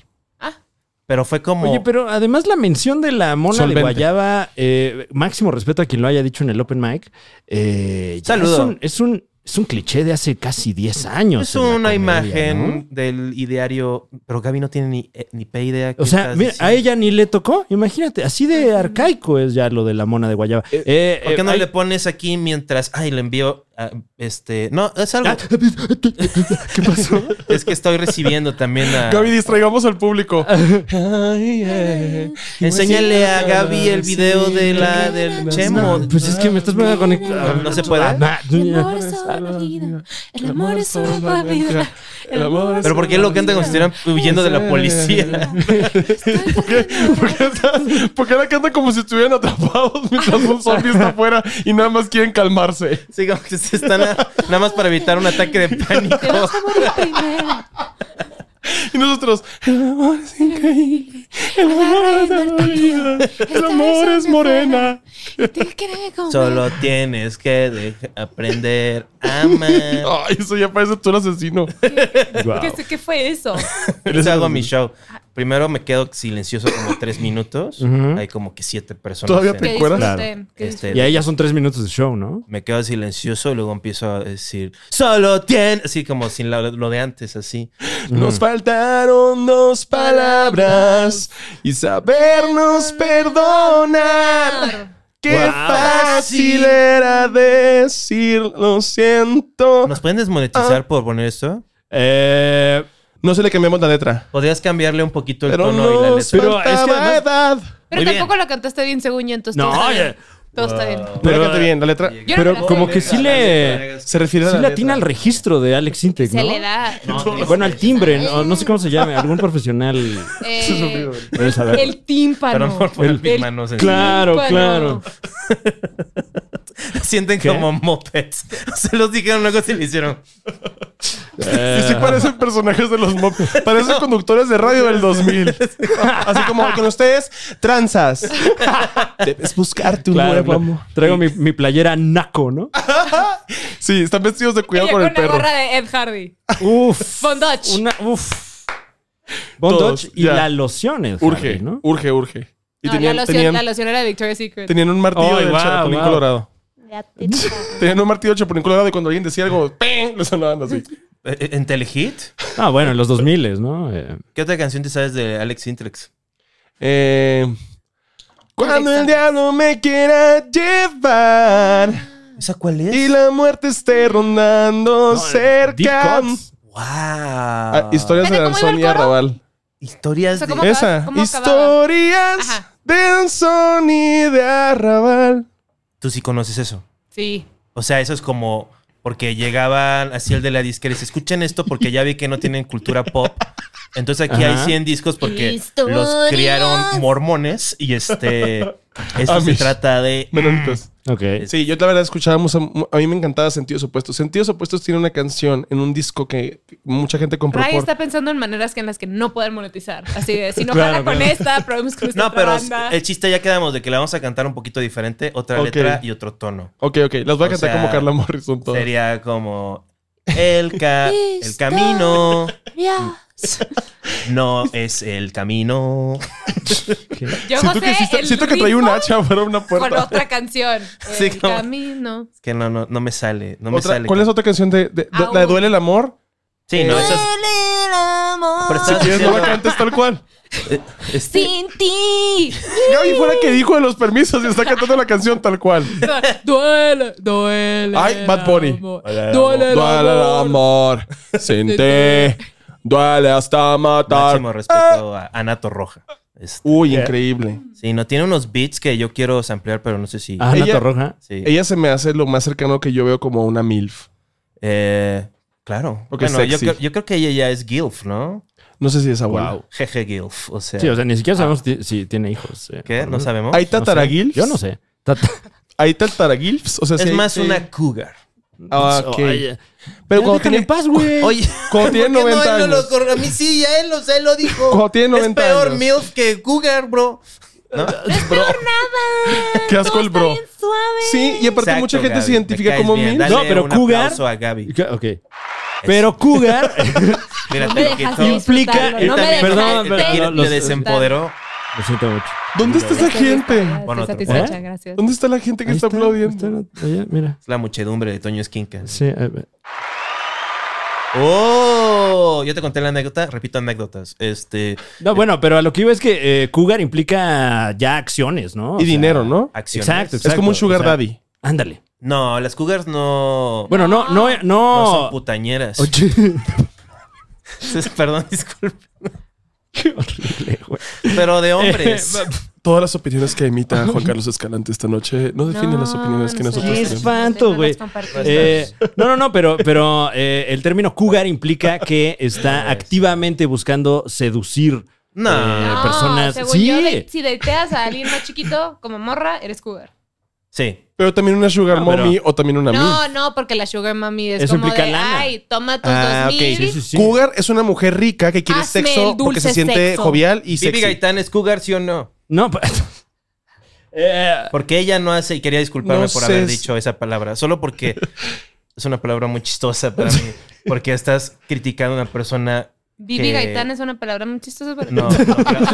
pero fue como... Oye, pero además la mención de la mona de Solvente. Guayaba, eh, máximo respeto a quien lo haya dicho en el Open Mic. eh, ya Saludo. Es un, es, un, es un cliché de hace casi 10 años. es en la pues, una comedia, imagen ¿no? del ideario, pero Gaby no tiene ni, eh, ni pe idea. qué O sea, estás mira, a diciendo. ella ni le tocó. Imagínate, así de arcaico es ya lo de la mona de Guayaba. Eh, ¿Por qué eh, no hay- le pones aquí mientras, ay, le envío, a- este, no, es algo, ah, ¿Qué pasó? es que estoy recibiendo también a... Gaby, distraigamos al público. Enséñale a Gaby el video de la del Chemo. No, Pues es que me estás poniendo a conectar. No se puede. Ah, El nah. amor es solo vida. El amor es solo vida. El amor es Pero ¿por qué lo cantan como si estuvieran huyendo de la policía? ¿Por qué, por qué están- por qué la cantan como si estuvieran atrapados mientras un zombie está afuera y nada más quieren calmarse? Sí, como que se están a- nada más para evitar un ataque de pánico. Te vas a morir primero. Y nosotros, el amor es increíble. El amor es morena. El amor es morena. Te quiere como- Solo tienes que de- aprender a amar. Ay, eso ya parece tú el asesino. Guau. ¿Qué, qué fue eso? Les hago mi show. Primero me quedo silencioso como tres minutos. Ujú. Hay como que siete personas. Todavía en- te- ¿Qué acuerdas? disfrute? ¿Qué disfrute? este, Y ahí ya son tres minutos de show, ¿no? me quedo silencioso y luego empiezo a decir, solo tienes, así como sin la- lo de antes, así. Nos faltaron dos palabras y sabernos perdonar. Qué Wow. fácil era decir lo siento. ¿Nos pueden Ah. desmonetizar por poner esto? Eh, No se le cambiamos la letra. ¿Podrías cambiarle un poquito el Pero tono y la no letra? Pero es que además- edad. Pero Muy bien. tampoco lo cantaste bien, según yo, entonces No, todo está ya- bien. Todo está bien. No la Pero- eh, canté bien, la letra. Yo no me la pero sé. como que sí le, Se refiere a sí la le atina al letra. registro de Alex Intec, ¿no? Se le da. Bueno, al timbre, no, no sé cómo se llame, algún profesional eh, debe saber. El tímpano. Perdón por poner El- mis manos en Claro, Bueno. claro. Sienten ¿Qué? como mopeds. Se los dijeron, luego se le hicieron. Eh, Sí, sí parecen personajes de los mop. Parecen conductores de radio del 2000. Así como con ustedes, tranzas. Debes buscarte un claro, nuevo claro. amor. Traigo mi, mi playera naco, ¿no? Sí, están vestidos de cuidado Ella con con el la perro. gorra de Ed Hardy. Uf. Von Dutch. Una, uf. Bon Todos, Dutch y ya. la loción es Urge, Harry, ¿no? urge, urge. Y No, tenían, la, loción, tenían, la loción era Victoria's Secret. tenían un martillo Ay, del guau, Chapulín guau. Colorado. Tenían un martillo del Chapulín Colorado y cuando alguien decía algo, ¡ping! le sonaban así. Eh, eh, ¿En Telehit? Ah, bueno, en los 2000, ¿no? Eh, ¿Qué otra canción te sabes de Alex Intrex? Eh, cuando el Alexander. diablo me quiera llevar ¿Esa cuál es? y la muerte esté rondando no, cerca. Deep Cuts. ¡Wow! Ah, historias de Pero ¿cómo iba Danzón el y coro? Arrabal. Historias O sea, de... ¿cómo- acababa? Esa. ¿Cómo acababa? Historias Ajá. de Danzón y de Arrabal. Tú sí conoces eso. Sí. O sea, eso es como... Porque llegaban así el de la disquera y dice, escuchen esto porque ya vi que no tienen cultura pop. Entonces aquí Ajá. hay 100 discos porque los Historias. criaron mormones y este... Esto se Amish. trata de... Menonitas. Ok. Mm. Sí, yo la verdad escuchábamos, a, a mí me encantaba Sentidos Opuestos. Sentidos Opuestos tiene una canción en un disco que mucha gente compró Ray por... está pensando en maneras que en las que no poder monetizar. Así de, si no Claro, jala con claro. esta, probemos con esta No, otra pero banda. el chiste ya quedamos de que la vamos a cantar un poquito diferente, otra Ok. letra y otro tono. Ok, ok, las voy a O cantar sea, como Carla Morrison todas. Sería como el, ca- el camino no es el camino. Yo Siento gocé que, sí está- el siento que trae un ritmo hacha para una con puerta. otra canción. Sí, el como- camino. Es que no, no, no me sale. No me Otra- sale. ¿Cuál es otra canción de... de- Au. ¿La de Duele el Amor? Sí, no, esa es- Pero Si estás quieres no la diciendo, cantes tal cual. este, ti. Gaby fuera que dijo de los permisos y está cantando la canción tal cual. Duele, duele. Ay, Bad Bunny. Duele, duele. Duele el amor. amor, sin ti, duele hasta matar. máximo respeto a Anato Roja. Este, Uy, increíble. sí, no, tiene unos beats que yo quiero ampliar, pero no sé si. Ah, Ana Ella- Torroja. sí. Ella se me hace lo más cercano que yo veo como una MILF. Eh, claro. Porque bueno, yo, sexy. creo- yo creo que ella ya es Gilf, ¿no? No sé si es abuela. Wow. Jeje Gilf. O sea, Sí, o sea, ni siquiera sabemos ti- si tiene hijos. eh, ¿qué? por- No sabemos. ¿Hay no sé. tataragilfs? Yo no sé. Tata- ¿Hay tataragilfs? O sea, sí Es hay- más sí. una cougar. Ah, ok. Oye, Pero ya cuando déjalo tiene, en paz, güey. Oye, Cuando tiene ¿por qué 90 él años. corre- a mí sí, a él, o sea, él lo dijo. Cuando tiene 90 es peor años. MILF que Cougar, bro. ¿No? qué asco el bro. Sí, y aparte Exacto, mucha gente Gaby, se me identifica caes como bien. mil. Dale No, pero un cougar- aplauso a Gaby. Ok. Pero Cougar Mira, No te me dejas quitó- implica. disfrutarlo, no me dejas. perdón, te- te- perdón. te los- desempoderó. Lo siento mucho. ¿Dónde está esa Estoy gente? satisfecha, Pon otro. estoy satisfecha, ¿Eh? gracias. ¿Dónde está la gente que Ahí está, aplaudiendo? está, allá, mira. Es la muchedumbre de Toño Esquinca. Sí, eh, eh. ¡Oh! Yo te conté la anécdota. Repito anécdotas. Este, No, bueno, pero a lo que iba es que eh, Cougar implica ya acciones, ¿no? O Y sea, dinero, ¿no? acciones. Exacto, exacto. Es como un sugar o sea, daddy. Ándale. No, las cougars no, Bueno, no, no, no. no son putañeras. Oye, Perdón, disculpe. qué horrible, güey. Pero de Eh, hombres. Todas las opiniones que emita Juan Carlos Escalante esta noche no definen las opiniones que nosotros sé. tenemos. Es- espanto, güey. Eh, no, no, no, pero, pero eh, el término cougar implica que está activamente buscando seducir No. eh, personas. Según Sí, yo, de- si dateas a alguien más chiquito, como morra, eres cougar. Sí. Pero también una Sugar No, pero- Mommy o también una No, MILF. no, porque la Sugar Mami es Eso como implica de, lana. ay, toma tus Ah, dos ok, mil. Sí, sí, sí. Cougar es una mujer rica que quiere Hazme sexo el porque se dulce siente sexo. jovial y Vivi sexy. Gaitán es cougar, ¿sí o no? No, pa- Eh, Porque ella no hace, y quería disculparme No por sé haber si- dicho esa palabra, solo porque es una palabra muy chistosa para mí, porque estás criticando a una persona... Vivi que- Gaitán es una palabra muy chistosa para No, no, claro.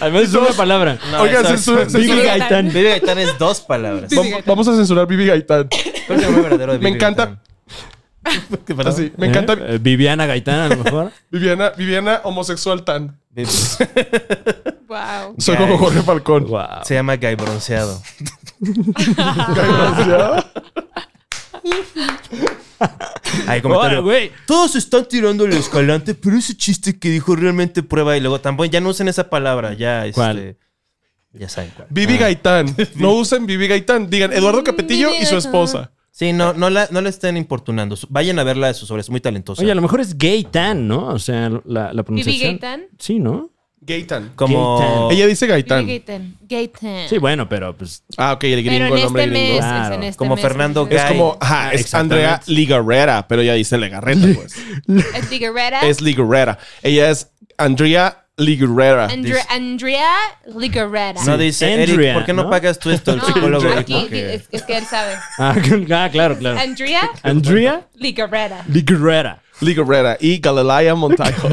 además es una palabra. No, Oigan, eso- censura- eso- Vivi censura- Gaitán. Vivi Gaitán es dos palabras. Vam- Vamos a censurar Vivi Gaitán. ¿Cuál es el nombre verdadero de Me Vivi encanta. Gaitán? ¿Qué palabra? Así, me encanta Eh, eh, Viviana Gaitán, a lo mejor. Viviana, Viviana homosexual tan. Vivi- Wow. Soy Gay. como Jorge Falcón. Wow. Se llama Guy Bronceado. Ahí Ahora, comentario. güey. Todos están tirando el escalante, pero ese chiste que dijo realmente prueba y luego tampoco ya no usen esa palabra, ya este, ¿Cuál? ya saben cuál. Vivi Ah. Gaitán. No usen Vivi Gaitán. Digan Eduardo Capetillo Vivi y su Gaitán. esposa. Sí, no, no la, no la estén importunando. Su- Vayan a verla de sus obras, es muy talentosa. Oye, a lo mejor es Gaitán, ¿no? O sea, la, la Vivi pronunciación. Gaitán. Sí, ¿no? Gaitán. Como Ella dice Gaitán. Vivi Gaitán. Gaitán. Sí, bueno, pero pues. Ah, ok, el Pero gringo, en el nombre este mes, gringo. Claro. es en este Como mes. Fernando es, Gaitán. Es como, ajá, Ah, es exactamente. Andrea Ligarrera, pero ella dice Legarreta, pues. es Liguerera. es Ligarrera. Ella es Andrea Ligarrera. Andre- Andrea Liguerera. no dice Andrea, Eric, ¿por qué no, ¿no? pagas tú esto al psicólogo? Eric? aquí Porque- es, es que él sabe. Ah, ah, claro, claro. Andrea Andrea Liguerera. Di Guerrera. Ligarrera y Galilea Montajo.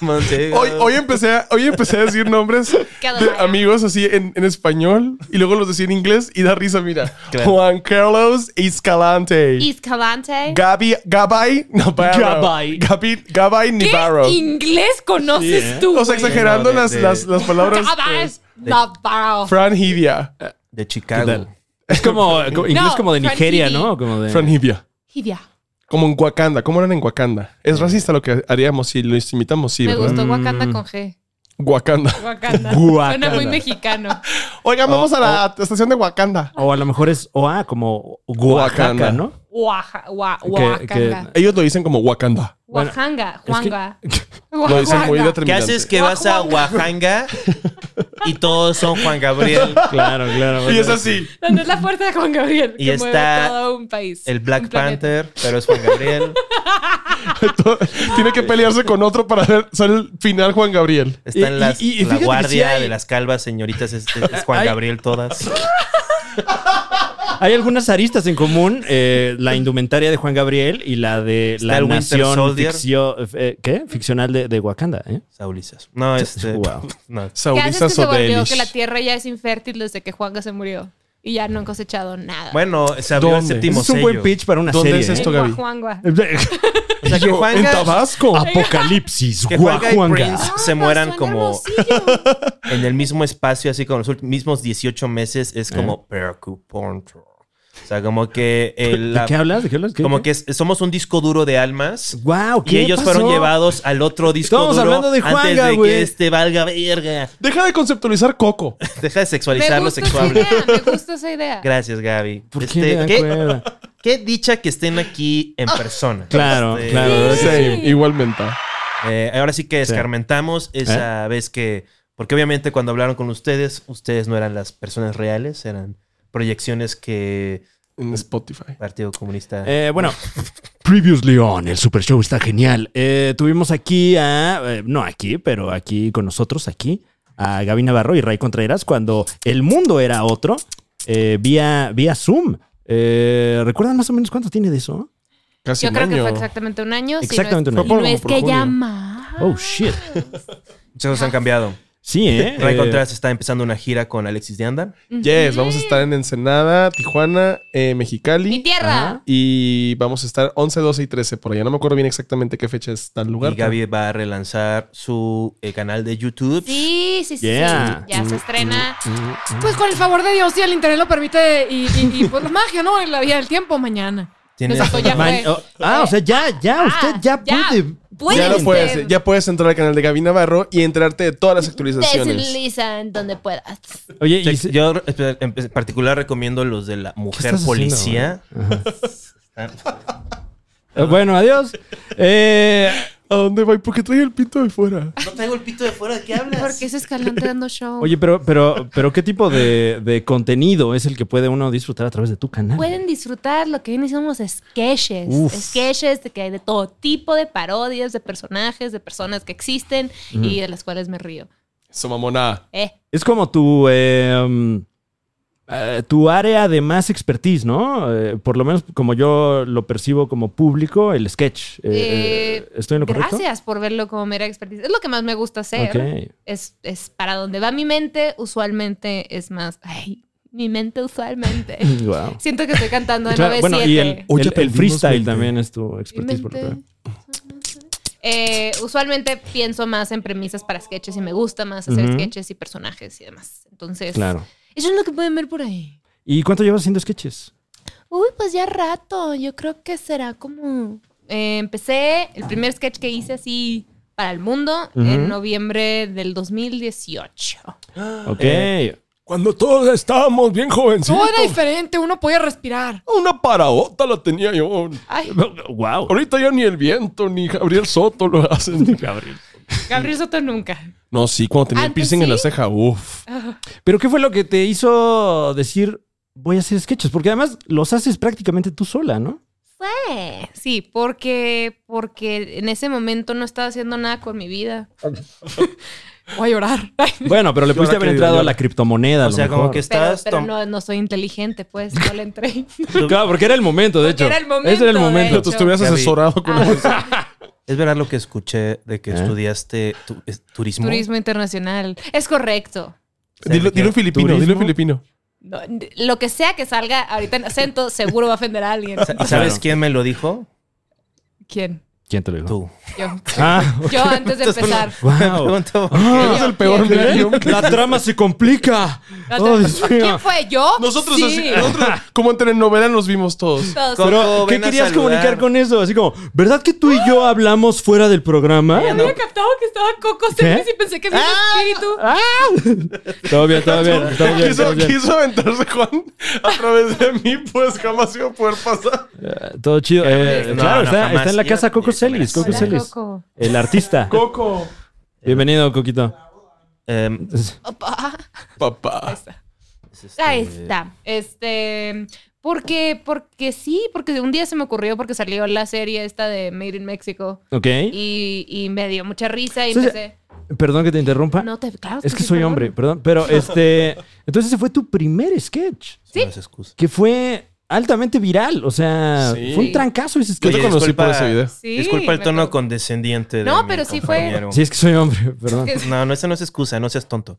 Monte- Hoy, hoy, empecé a, hoy empecé a decir nombres de Galilea. amigos así en, en español y luego los decía en inglés y da risa, mira. Claro. Juan Carlos Escalante. Escalante. Gaby, Gabay Navarro. Gabay. Gaby, Gabay ¿Qué Navarro. inglés conoces Sí, ¿eh? este, tú? O sea, güey? exagerando No, de- las, de- Las, las palabras. Cabas, Navarro. Fran Hivia. de ¿Qué Chicago. tal? Es como, como- inglés No, como de Nigeria, Frankie. ¿no? Como de. Fran Hivia. Hivia. Como en Wakanda. ¿Cómo eran en Wakanda? Es racista lo que haríamos si lo imitamos, sí, Me ¿verdad? gustó Wakanda con G. Wakanda. Wakanda. Guacala. Suena muy mexicano. Oigan, vamos a la estación de Wakanda. O a lo mejor es OA, como Oaxaca. Oaxaca, ¿no? Oaxaca. Oa- Que- Oaxaca. Ellos lo dicen como Wakanda. Bueno, Oaxaca. es que- Juanga. Lo dicen Oaxaca. muy ¿Qué determinante. haces que vas a Oaxaca y todos son Juan Gabriel? Claro, claro. Y es así. Donde es la fuerza de Juan Gabriel. Y que mueve está todo un país. El Black un planeta. Panther, pero es Juan Gabriel. Todo- Tiene que pelearse con otro para ver ser el final Juan Gabriel. Está Y- en las- y- y la fíjate que guardia sí hay- de las calvas señoritas, es, es- es Juan Hay- Gabriel todas. Hay algunas aristas en común, eh, la indumentaria de Juan Gabriel y la de Está la el Winter nación Soldier. ficcio- eh, ¿qué? ficcional de, de Wakanda. ¿eh? Saulices. No, este. Wow. No. ¿Qué haces que Saurisa se volvió que la Sodelis. tierra ya es infértil desde que Juanga se murió? Y ya no han cosechado nada. Bueno, se abrió el ¿Dónde? séptimo es un buen sello. pitch para una ¿Dónde serie. es ¿eh? esto, Juanga, Gaby? Juanga. O sea, que Juan, En Ga- Tabasco. Apocalipsis, que Juan Ga y Guajuanga. Prince se mueran como en el mismo espacio, así como los últimos mismos 18 meses, Eh. es como preocupante. O sea, como que. el- ¿De qué hablas? ¿De qué hablas? Como que es- somos un disco duro de almas. Wow, Y ellos fueron llevados al otro disco Estamos duro hablando de antes Juanga, de güey. que este valga verga. Deja de conceptualizar Coco. Deja de Me sexualizar lo gusta esa sexual. idea, me gusta esa idea. Gracias, Gaby. ¿Por Este, qué me dan cuerda? Ah, qué dicha que estén aquí en persona. Claro, Este, claro. Same, igualmente. eh, ahora sí que escarmentamos ¿Eh? esa vez que. Porque obviamente cuando hablaron con ustedes, ustedes no eran las personas reales, eran proyecciones que En Spotify. Partido Comunista. Eh, bueno, Previously On, el Super Show está genial. Eh, tuvimos aquí a, eh, no aquí, pero aquí con nosotros, aquí, a Gaby Navarro y Ray Contreras cuando el mundo era otro, eh, vía, vía Zoom. Eh, ¿Recuerdan más o menos cuánto tiene de eso? Casi Yo un creo que año. fue exactamente un año. si no es- Exactamente un Fue año. por- y no es por que junio. llama. Oh, shit. Muchas cosas han cambiado. Sí, ¿eh? Ray Eh, Contreras está empezando una gira con Alexis de Anda. Yes, vamos a estar en Ensenada, Tijuana, eh, Mi Mexicali. tierra. Ajá. Y vamos a estar 11, 12 y 13 por allá. No me acuerdo bien exactamente qué fecha es tal lugar. Y Gaby va a relanzar su eh, canal de YouTube. Sí, sí, sí. Yeah. sí. Ya se estrena. Pues con el favor de Dios, si el internet lo permite, y, y, y, pues la magia, ¿no? En la vida del tiempo, mañana. Tiene- Exacto, ya Man- fue. oh, ah, o sea, ya, ya, usted ya, puede. puede ya, lo ser. puedes, ya puedes entrar al canal de Gaby Navarro y enterarte de todas las actualizaciones. Deslizan donde puedas. Oye, y Check- se- Yo espe- en en particular recomiendo los de la mujer estás haciendo, policía. Eh, Bueno, adiós. Eh, ¿A dónde va? ¿Y por qué trae el pinto de fuera? No traigo el pito de fuera, ¿de qué hablas? Porque es escalante dando show. Oye, pero, pero, pero ¿qué tipo de, de contenido es el que puede uno disfrutar a través de tu canal? Pueden disfrutar lo que viene siendo los sketches. Uf. Sketches de que hay de todo tipo de parodias, de personajes, de personas que existen y de las cuales me río. Eso, mamona. Eh, Es como tu, eh, mm, eh, tu área de más expertise, ¿no? Eh, por lo menos como yo lo percibo como público, el sketch. Eh, eh, Eh, ¿Estoy en lo correcto? gracias por verlo como mera expertise. Es lo que más me gusta hacer. Ok. Es, es para donde va mi mente, usualmente es más. Ay, mi mente usualmente. Wow. Siento que estoy cantando de Claro, 9 bueno, y el, Oye, el- el perdimos freestyle 20. también es tu Mi expertise. Por lo que mente- veo. Eh, usualmente pienso más en premisas para sketches y me gusta más hacer Ujú. sketches y personajes y demás. Entonces, Claro. eso es lo que pueden ver por ahí. ¿Y cuánto llevas haciendo sketches? Uy, pues ya rato. Yo creo que será como. Eh, empecé el primer sketch que hice así para el mundo Ujú. en noviembre del 2018. Ok. Eh, Cuando todos estábamos bien jovencitos. Todo era diferente, uno podía respirar. Una paraota la tenía yo. Ay, wow. Ahorita ya ni el viento ni Gabriel Soto lo hacen. Gabriel Soto nunca. No, sí, cuando tenía el Antes piercing en la sí. Ah, ceja, uff. ¿Pero qué fue lo que te hizo decir voy a hacer sketches? Porque además los haces prácticamente tú sola, ¿no? Eh, Sí, porque, porque en ese momento no estaba haciendo nada con mi vida. Voy a llorar. Ay, Bueno, pero le Yo ahora pudiste haber que- entrado yo- a la criptomoneda. a O lo sea, como mejor. que Pero, estás... pero tom- no, no soy inteligente, pues no le entré. tú- Claro, porque era el momento, de Porque hecho. era el momento, ¿eh? Ese era el de momento. Pero hecho. tú estuvieras Ya vi. asesorado con Ah, Es verdad lo que escuché de que ¿Eh? estudiaste tu- es- turismo. turismo internacional. Es correcto. Dilo, dilo en filipino, dilo en ¿Turismo? filipino. No, lo que sea que salga ahorita en acento, seguro va a ofender a alguien. Sa- ¿Y sabes Claro. quién me lo dijo? ¿Quién? ¿Quién te lo dijo? Tú. Yo. Ah, Yo antes de empezar. wow. Pregunto- Ah. Eres el peor ¿Quién? medium. La trama se complica. La Oh, otra- Dios mío. ¿Quién fue yo? Nosotros, Sí. así- nosotros, como en telenovela, nos vimos todos. Todos. Con- Pero, Coco, ¿qué ven a querías saludar. comunicar con eso? Así como, ¿verdad que tú y yo hablamos fuera del programa? Ya no. había captado que estaba Coco Celis y pensé que era Ah, un espíritu. Todo bien, todo bien. Estamos bien, Quiso, estamos bien. quiso aventarse Juan a través de mí, pues jamás iba a poder pasar. Eh, Todo chido. Eh, No, claro, no, está, jamás. está en la Ya- casa Coco ya Celis. comerás. Coco Hola, Celis. Coco. El artista. Coco. Bienvenido, Coquito. Em, Opa. Papá. es este- Eh. Ahí está. Este. Porque, porque sí, porque un día se me ocurrió porque salió la serie esta de Made in Mexico Ok. y, y me dio mucha risa y Sí, sí. empecé. Perdón que te interrumpa. No te, claro, es que sí, soy perdón. hombre, perdón. Pero este. Entonces, ese fue tu primer sketch. Son las excusas. Que fue altamente viral. O sea, Sí. fue un trancazo ese Yo sketch. te Oye, conocí disculpa. por ese video. Sí, Disculpa el me tono acuerdo. condescendiente. de No, mi pero sí fue- compañero. Sí, es que soy hombre, perdón. No, no, esa no es excusa, no seas tonto.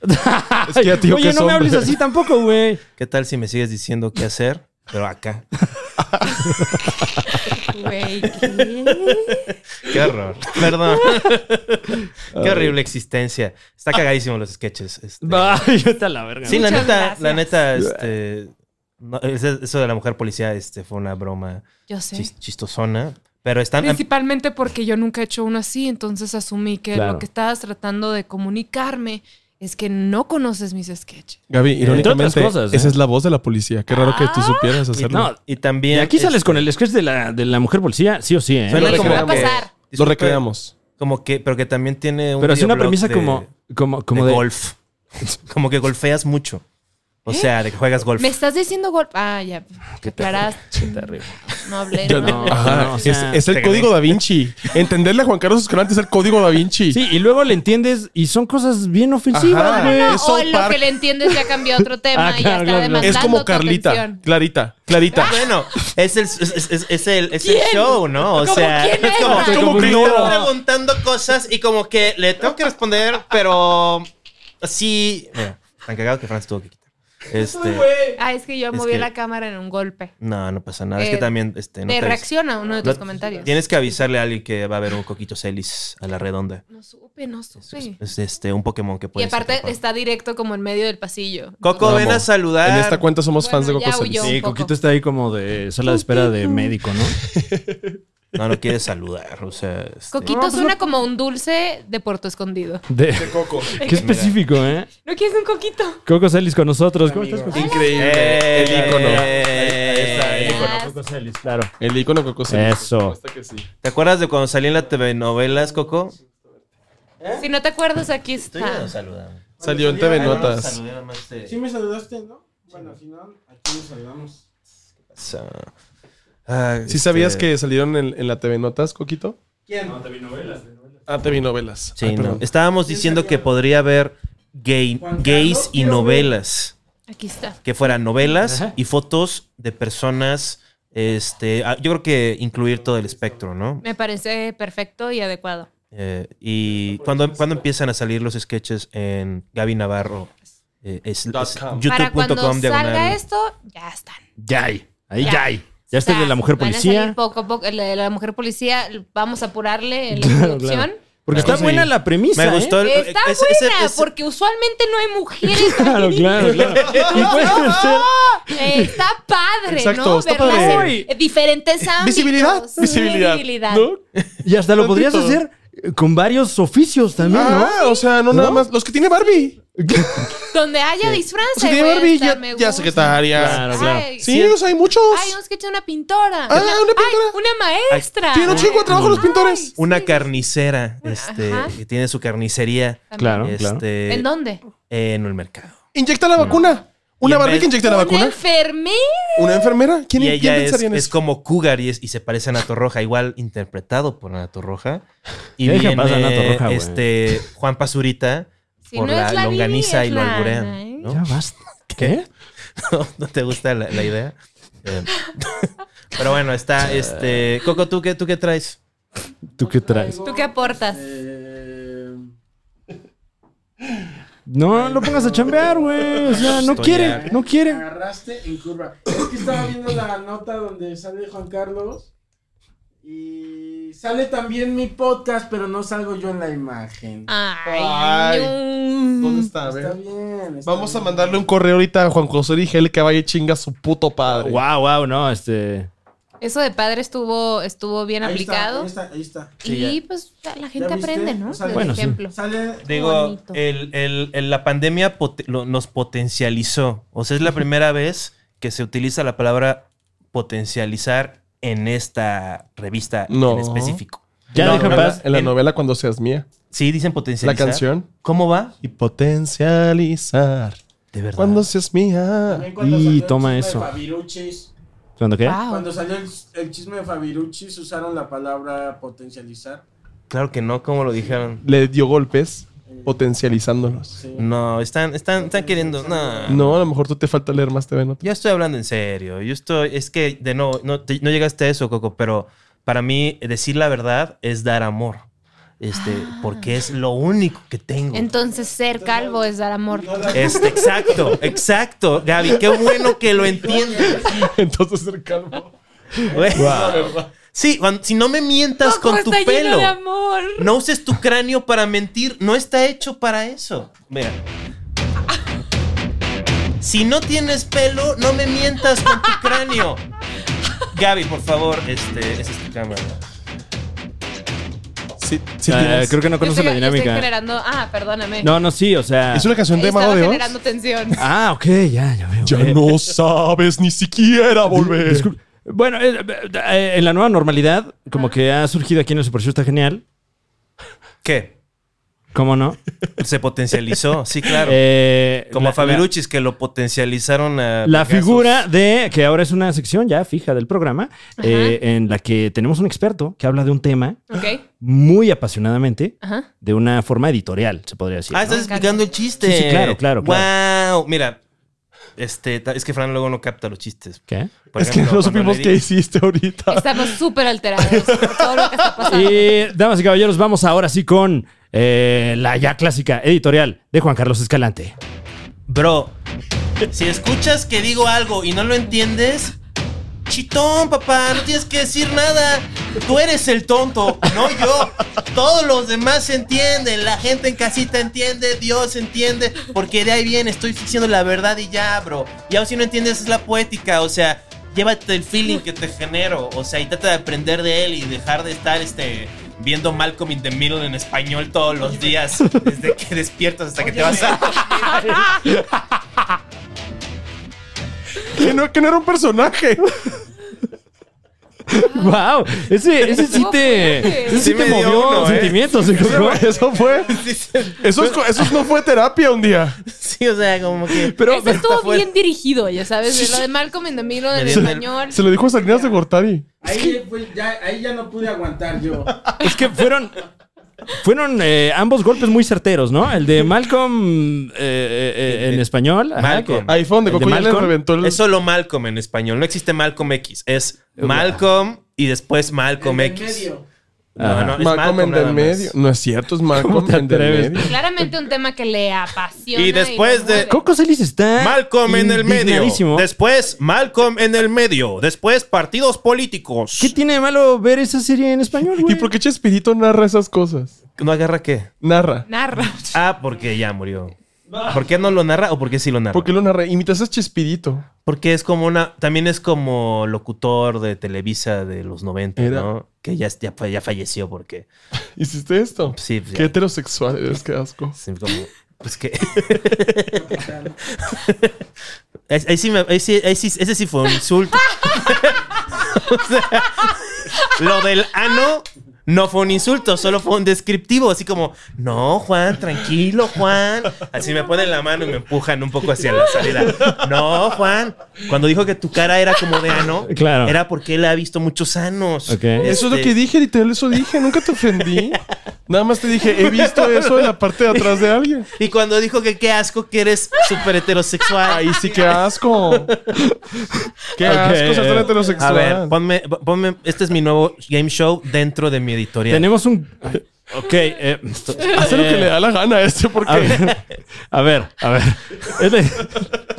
Es que ya, tío, Oye, que no me son- hables así tampoco, güey. ¿Qué tal si me sigues diciendo qué hacer? Pero acá. Güey, ¿qué? Qué horror. Perdón. Qué horrible existencia. Está cagadísimo los sketches. este. Ay, está la verga. Sí, la Muchas neta, gracias. la neta, este. no, ese- eso de la mujer policía este, fue una broma Yo sé. chis- chistosona. Pero están. Principalmente porque yo nunca he hecho uno así, entonces asumí que Claro. lo que estabas tratando de comunicarme es que no conoces mis sketches. Gaby, irónicamente, otras cosas, ¿eh? esa es la voz de la policía. Qué raro que Ah. tú supieras Y, hacerlo. no, Y y también. aquí sales este, con el sketch de la, de la mujer policía, sí o sí, ¿eh? suena Lo como recreamos. pues que- Va a pasar. Lo disculpa, recreamos. este, Como que, pero que también tiene un. Pero es una videoblog premisa de- como, como, como de, de, golf. Como que golfeas mucho. ¿Eh? O sea, de que juegas golf. Me estás diciendo golpe. Ah, ya. Que aclaras. terrible. No hablé. Ya no no, hablé. ajá, no, o sea, es, es el te código da Vinci. Entenderle a Juan Carlos Escalante es el código da Vinci. Sí, y luego le entiendes y son cosas bien ofensivas, Ajá. güey. No, Es o South lo Park. que le entiendes ya cambió a otro tema Ah, claro, y ya claro, está claro. demandando es como tu Carlita. atención. Clarita, Clarita. Bueno, es el, es, es- es el, es el ¿Quién? show, ¿no? O ¿Cómo sea, quién es era? como, Estoy como que confundido. están preguntando cosas y como que le tengo que responder, pero sí. Mira, tan cagado que Franz tuvo que quitar. Este, Ah, es que yo Es moví que- la cámara en un golpe. no, no pasa nada. es Eh, que también este, no te avis- reacciona uno de no- tus comentarios. Tienes que avisarle a alguien que va a haber un coquito celis a la redonda. No supe, no Es, es- supe. es, este un Pokémon que Y puede aparte está directo como en medio del pasillo. Coco, Lo ven amo. a saludar. En esta cuenta somos Ah, fans Bueno, de ya Coco Celis. huyó. Sí, un poco. Coquito está ahí como de sala de espera de médico, ¿no? No, no quiere saludar. O sea, este, Coquito pues suena como un dulce de Puerto Escondido. De, Coco. qué específico, ¿eh? ¿No quieres un coquito? Coco Celis con nosotros. ¿Cómo estás, Coquito? Increíble. Eh, el ícono. eh, ahí está, ahí está. icono. Claro. El icono Coco Celis. Eso. Hasta que sí. ¿Te acuerdas de cuando salí en las telenovelas, Coco? Ah. Si no te acuerdas, aquí Estoy ya está. no saludando. Salió en TV Notas. Saludé nomás de- Sí me saludaste, ¿no? Bueno, si no, aquí nos saludamos. So- Ah, ¿Sí este- sabías que salieron en, en la TV Notas, Coquito? ¿Quién? Ah, TV Novelas. Sí, Ay, no. perdón. Estábamos diciendo que podría haber gay, Juan gays Carlos, y quiero ver. novelas. Aquí está. Que fueran novelas Ajá. y fotos de personas. Este, ah, yo creo que incluir todo el espectro, ¿no? Me parece perfecto y adecuado. Eh, y cuando, cuando empiezan a salir los sketches en Gaby Navarro, eh, es, Dot es com. Para cuando youtube.com salga este, diagonal. esto, ya están. Ya hay. Ahí Ya. ya hay. Ya está el de la mujer Van a policía. salir poco a poco. El de la mujer policía, vamos a apurarle en la Claro, producción. claro. Porque Claro, está sí. buena la premisa. Me ¿eh? gustó el- Está ese- ese- buena, ese- porque usualmente no hay mujeres. Claro, claro, claro. Y puede ser- Eh, está padre, Exacto, ¿no? está Verlas padre. en diferentes ámbitos. Visibilidad, Sí, visibilidad, visibilidad. ¿no? Y hasta lo podrías Tantito. hacer eh, con varios oficios también, ¿no? Ah, o sea, no, nada ¿No? más. Los que tiene Barbie. Donde haya disfraz. Pues Los que ahí tiene voy a Barbie, estar, ya, me ya gusta. secretaria. Claro, claro. Ay, Sí, o sea, hay muchos. Ay, un sketch de una pintora. Ah, una pintora. Ay, una maestra. Tienen un chingo de trabajo los Ay, pintores. Una sí. carnicera, este, Ajá. que tiene su carnicería Claro, claro. este, ¿En dónde? en el mercado. Inyecta la vacuna. Y Una en Barbie vez- que inyecta la ¿Una vacuna. enfermera? Una enfermera. ¿Quién, Y quién ella es, pensaría en es eso? como Cougar y, es- y se parece a Nato Roja, igual interpretado por Nato Roja. Y Deja viene en paz a Nato Roja, güey. este, Juan Pasurita Si por no la es la longaniza Vivi, y es lo la alburean. Ana, ¿eh? ¿no? Ya basta. ¿Qué? ¿No te gusta la, la idea? Eh, pero bueno, está este. Coco, ¿tú qué, tú qué traes? ¿Tú qué traes? ¿Tú qué aportas? Eh, No, lo pongas a chambear, güey. O sea, no Estoy ya. quiere, no quiere. agarraste en curva. Es que estaba viendo la nota donde sale Juan Carlos. Y sale también mi podcast, pero no salgo yo en la imagen. Ah. Ay, no. ¿Dónde está? A Está ver. bien. está Vamos a bien. mandarle un correo ahorita a Juan José Rigel que vaya y chinga a su puto padre. Wow, wow, no, este. Eso de padre estuvo, estuvo bien Ahí está, aplicado. ahí está, ahí está. y pues la- la gente ¿Ya viste? aprende, ¿no? O sea, Por Bueno, sí. ejemplo. Sale Digo, bonito. el, el- el- la pandemia pot- lo- nos potencializó. O sea, es la primera vez que se utiliza la palabra potencializar en esta revista No. en específico. Ya No, deja en no, paz. En la En- novela Cuando seas mía. Sí, dicen La potencializar. canción. ¿Cómo va? Y potencializar. De verdad. Cuando seas mía. También cuando Ah, Y salió el toma chisme de eso. Fabiruchis, ¿Cuándo qué? Wow. Cuando salió el, el chisme de Fabiruchis usaron la palabra potencializar. Claro que no, como lo dijeron. Le dio golpes potencializándolos. Sí. No, están, están, están queriendo. No. No, a lo mejor tú te falta leer más TV Notas. Yo estoy hablando en serio. Yo estoy. Es que de no, no, te- no llegaste a eso, Coco, pero para mí decir la verdad es dar amor. Este, Ah. porque es lo único que tengo. Entonces, ser calvo es dar amor. No la- Este, exacto, exacto, Gaby, qué bueno que lo entiendes. Entonces el calvo. güey. Sí, cuando- si no me mientas Coco con tu está lleno pelo, de amor. no uses tu cráneo para mentir, no está hecho para eso. Mira. Si no tienes pelo, no me mientas con tu cráneo. Gaby, por favor, este, esa es tu cámara. Sí, sí Ah, tienes. creo que no Yo conoce estoy- la yo estoy dinámica. generando, ah, perdóname. No, no, sí, o sea. Es una canción de Mago Estaba de Oz. generando tensión. Ah, ok, ya, ya veo. Ya Eh, no sabes ni siquiera volver. Disculpe. Bueno, eh, eh, en la nueva normalidad, como que ha surgido aquí en el Super Show, está genial. ¿Qué? ¿Cómo no? Se potencializó, sí, claro. Eh, Como la- a Fabiruchis, que lo potencializaron a. La vergazos. figura de, que ahora es una sección ya fija del programa, eh, en la que tenemos un experto que habla de un tema Ok. muy apasionadamente, Ajá. de una forma editorial, se podría decir. Ah, ¿no? estás explicando el chiste. Sí, sí, claro, claro, Wow, mira. Este, ta- es que Fran luego no capta los chistes. ¿Qué? Por es que ejemplo, no cuando supimos le qué di- hiciste ahorita. Estamos súper alterados por todo lo que está pasando. Y, damas y caballeros, vamos ahora sí con eh, la ya clásica editorial de Juan Carlos Escalante. Bro, si escuchas que digo algo y no lo entiendes, chitón, papá, no tienes que decir nada. Tú eres el tonto, no yo. Todos los demás entienden, la gente en casita entiende, Dios entiende, porque de ahí viene, estoy diciendo la verdad y ya, bro. Y aún si no entiendes, es la poética, o sea, llévate el feeling que te genero, o sea, y trata de aprender de él y dejar de estar este. Viendo Malcolm in the Middle en español todos los días, desde que despiertas hasta que te vas a. que, no, que no era un personaje. ¡Wow! Ese, ese sí te, ese sí Sí te me dio movió uno, ¿eh? sentimientos, hijo, ¿no? Eso fue. Eso, es co- eso no fue terapia un día. Sí, o sea, como que. Pero Este Ese está estuvo fuera. bien dirigido, ya sabes. de Lo de Malcolm en Domingo, lo del Me dio- español. se lo dijo a Salinas de Gortari. Ahí, pues, ya, ahí ya no pude aguantar yo. Es que fueron. Fueron eh, ambos golpes muy certeros, ¿no? El de Malcolm eh, eh, eh, en español. ajá, Malcolm. que- Ahí fue donde ¿El de Coco ya le Malcolm? reventó el. Es solo Malcolm en español. No existe Malcolm X. Es Malcolm y después Malcolm En el X. medio. No, no, es Malcolm en nada del más. medio. No es cierto, es Malcolm te en del atreves? medio. Claramente un tema que le apasiona. Y después de- Coco Celis está. Malcolm en el medio. indignadísimo. Después Malcolm en el medio. Después partidos políticos. ¿Qué tiene de malo ver esa serie en español, ¿Y güey? por qué Chespirito narra esas cosas? ¿No agarra qué? Narra. Narra. Ah, porque ya murió. ¿Por qué no lo narra o por qué sí lo narra? ¿Por qué lo narra? Imitas a Chespirito. Porque es como una. También es como locutor de Televisa de los 90, Era. ¿no? Que ya, ya, fa- ya falleció porque. ¿Hiciste esto? Sí, pues, Qué ya. heterosexual eres, qué asco. Sí, como- pues que. ahí, ahí sí me- ahí sí- ahí sí- ese sí fue un insulto. O sea, lo del ano no fue un insulto, solo fue un descriptivo. Así como, no, Juan, tranquilo, Juan. Así me ponen la mano y me empujan un poco hacia la salida. No, Juan. Cuando dijo que tu cara era como de ano, Claro. era porque él ha visto muchos anos. Ok. Eso es lo Este, que dije, literal, eso dije. Nunca te ofendí. Nada más te dije, he visto eso en la parte de atrás de alguien. Y cuando dijo que qué asco que eres súper heterosexual. Ahí sí, qué asco. Qué Ok, asco ser tan eh, A heterosexual. ver, ponme, ponme- este es mi nuevo game show dentro de mi editorial. Tenemos un. ay, Ok. eh, Hace lo que eh, le da la gana a este porque A ver, a ver, a ver. Es de-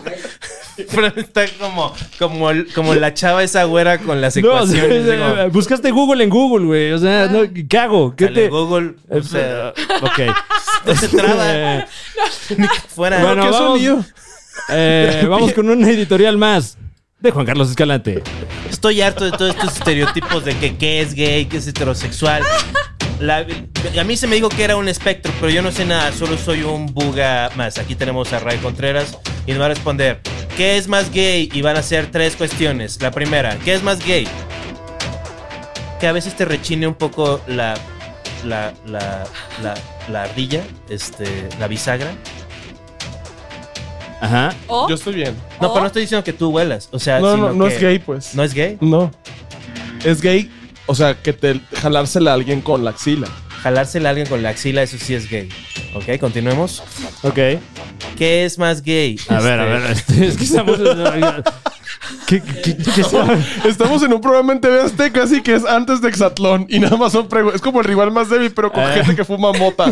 Pero está como, como, el- como la chava esa güera con las No, o sea, ecuaciones. digo, buscaste Google en Google, güey. O sea, no, ¿qué hago? ¿Qué dale, te.? Google, o Eh, sea, ok. no se traba. Eh, ni que fuera. bueno, ¿qué vamos, sonido? eh, vamos con una editorial más de Juan Carlos Escalante. Estoy harto de todos estos estereotipos de que qué es gay, qué es heterosexual. La- a mí se me dijo que era un espectro, pero yo no sé nada, solo soy un buga más. Aquí tenemos a Ray Contreras y nos va a responder, ¿qué es más gay? Y van a ser tres cuestiones. La primera, ¿qué es más gay? Que a veces te rechine un poco la, la, la, la, la ardilla, este, la bisagra. Ajá. O yo estoy bien. No, Oh. pero no estoy diciendo que tú huelas, o sea, No, sino no, no Ah, que- es gay, pues. ¿No es gay? No. Es gay, o sea, que te jalársela a alguien con la axila. Jalársela a alguien con la axila, eso sí es gay. Ok, continuemos. Ok. ¿Qué es más gay? A ver, a ver. este, Es que estamos. ¿Qué, qué- qué sabe? Estamos en un programa en TV Azteca, así que es antes de Exatlón. Y nada más son preguntas. Es como el rival más débil, pero con Ah. gente que fuma mota.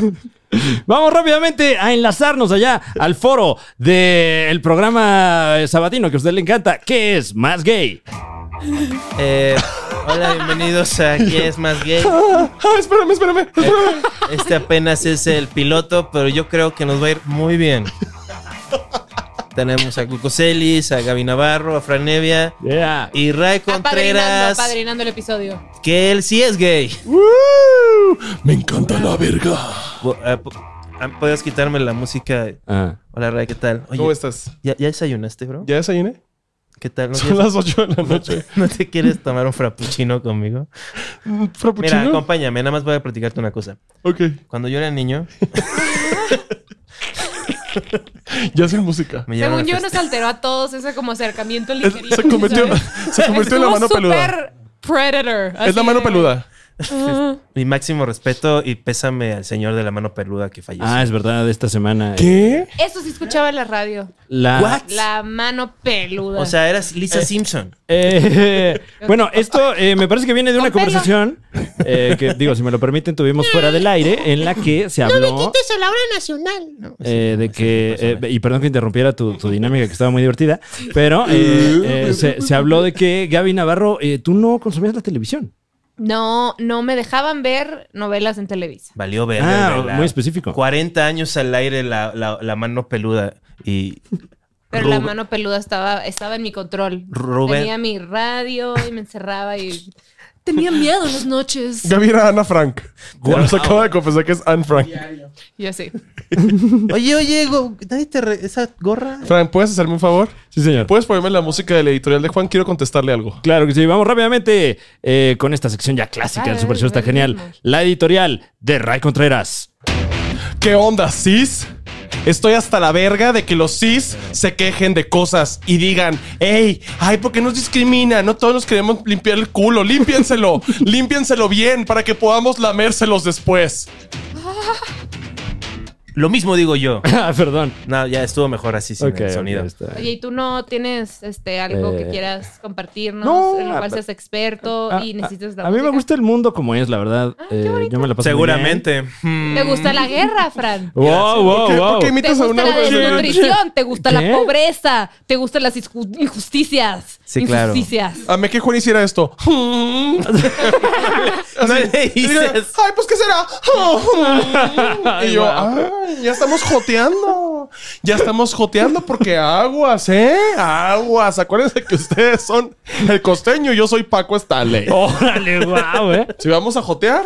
Vamos rápidamente a enlazarnos allá al foro del programa eh, sabatino que a usted le encanta. ¿Qué es más gay? Eh, hola, bienvenidos a ¿Qué es más gay? Ah, ah, espérame, espérame. espérame. Este apenas es el piloto, pero yo creo que nos va a ir muy bien. Tenemos a Cucoselis, a Gaby Navarro, a Fran Nevia Yeah. y Ray apadrinando, Contreras, apadrinando el episodio. que él sí es gay. ¡Woo! Me encanta la verga. Bu- ah, pu- ah, ¿Puedes quitarme la música? Ah. Hola, Ray, ¿qué tal? Oye, ¿Cómo estás? ¿ya, ya desayunaste, bro? ¿Ya desayuné? ¿Qué tal? ¿No Son quieres- las 8 de la noche. ¿No te quieres tomar un frappuccino conmigo? Pues Mira, ¿Frappuccino? acompáñame, nada más voy a platicarte una cosa. Ok. Cuando yo era niño, Ya sin música. me llevaron Según a yo, feste- nos alteró a todos ese como acercamiento Es- ligerito. se convirtió, ¿sabes? se convirtió en la Estuvo mano peluda. súper Predator. Es la así mano de- peluda. Ah. Mi máximo respeto y pésame al señor de la mano peluda que falleció. Ah, es verdad, esta semana. eh, ¿Qué? Eso sí escuchaba en la radio. La, What? La mano peluda. o sea, eras Lisa Simpson. Eh, bueno, esto eh, me parece que viene de una Con pelo. conversación eh, que, digo, si me lo permiten, tuvimos fuera del aire en la que se habló eh, de que, eh, y perdón que interrumpiera tu, tu dinámica que estaba muy divertida, pero eh, eh, se, se habló de que Gaby Navarro, eh, tú no consumías la televisión. No, no me dejaban ver novelas en Televisa. Valió ver. Ah, muy específico. 40 años al aire la, la- la mano peluda. Y Pero la Rub- mano peluda estaba, estaba en mi control. Rubén. Tenía mi radio y me encerraba y. Tenía miedo en las noches. Gaby era Ana Frank. Nos acaba de confesar que es Anne Frank. Diario. Ya sé. Oye, oye, go- nadie te re- esa gorra. Frank, ¿puedes hacerme un favor? Sí, señor. ¿Puedes ponerme la música de la editorial de Juan? Quiero contestarle algo. Pues, Claro que sí. Vamos rápidamente eh, con esta sección ya clásica del Dale, Super Show. Está dale, dale, genial. La editorial de Ray Contreras. ¿Qué onda, cis? Estoy hasta la verga de que los cis se quejen de cosas y digan, hey, ay, ¿por qué nos discrimina? No todos nos queremos limpiar el culo, límpienselo, límpienselo bien para que podamos lamérselos después. Lo mismo digo yo. Ah, perdón. No, ya estuvo mejor así sin Ok, el sonido. ok, está. Oye, ¿y tú no tienes este, algo Eh, que quieras compartirnos? no, en lo cual a- seas experto A- y necesites Ah, a, la a mí me música? Ah, gusta el mundo como es, la verdad. Eh, yo me la paso muy Seguramente. Mm. ¿Te gusta la guerra, Fran? bien. Wow, wow, ¿Qué- Oh, wow. ¿Por qué ¿Te imitas gusta a una la mujer? desnutrición? ¿Te gusta ¿Qué? la pobreza? ¿Te gustan las inju- injusticias? Sí, claro. Injusticias. Amé que Juan hiciera esto. No le Y diga, dices. Ay, pues qué será. y yo, ay, ya estamos joteando. Ya estamos joteando porque aguas, ¿eh? Aguas. Acuérdense que ustedes son el costeño y yo soy Paco Stanley. Oh. Órale, wow, eh. Si vamos a jotear,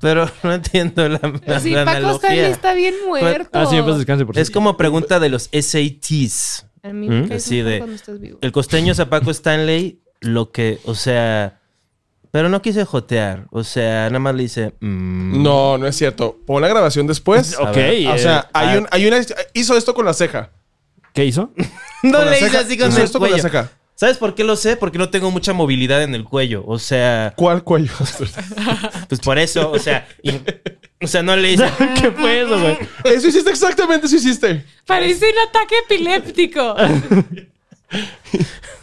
Pero no entiendo la, la- Sí, la Paco Stanley analogía. está bien muerto. Ah, sí, pues descanse, por Es cierto. como pregunta de los SATs. A mí ¿Mm? me caes Así mejor de- cuando estás vivo. El costeño es a Paco Stanley lo que, o sea... Pero no quise jotear. O sea, nada más le dice... mm. no, no es cierto. Pon la grabación después. Ok, ver, eh, O sea, hay, ah. un, hay una. Hizo esto con la ceja. ¿qué hizo? No Con la le hice ceja. así con Hizo el esto con la cuello. ceja. ¿Sabes por qué lo sé? Porque no tengo mucha movilidad en el cuello. O sea, ¿Cuál cuello? pues por eso, o sea... y- o sea, no le hice... ¿Qué fue eso, güey? eso hiciste exactamente, eso hiciste. Parece un ataque epiléptico.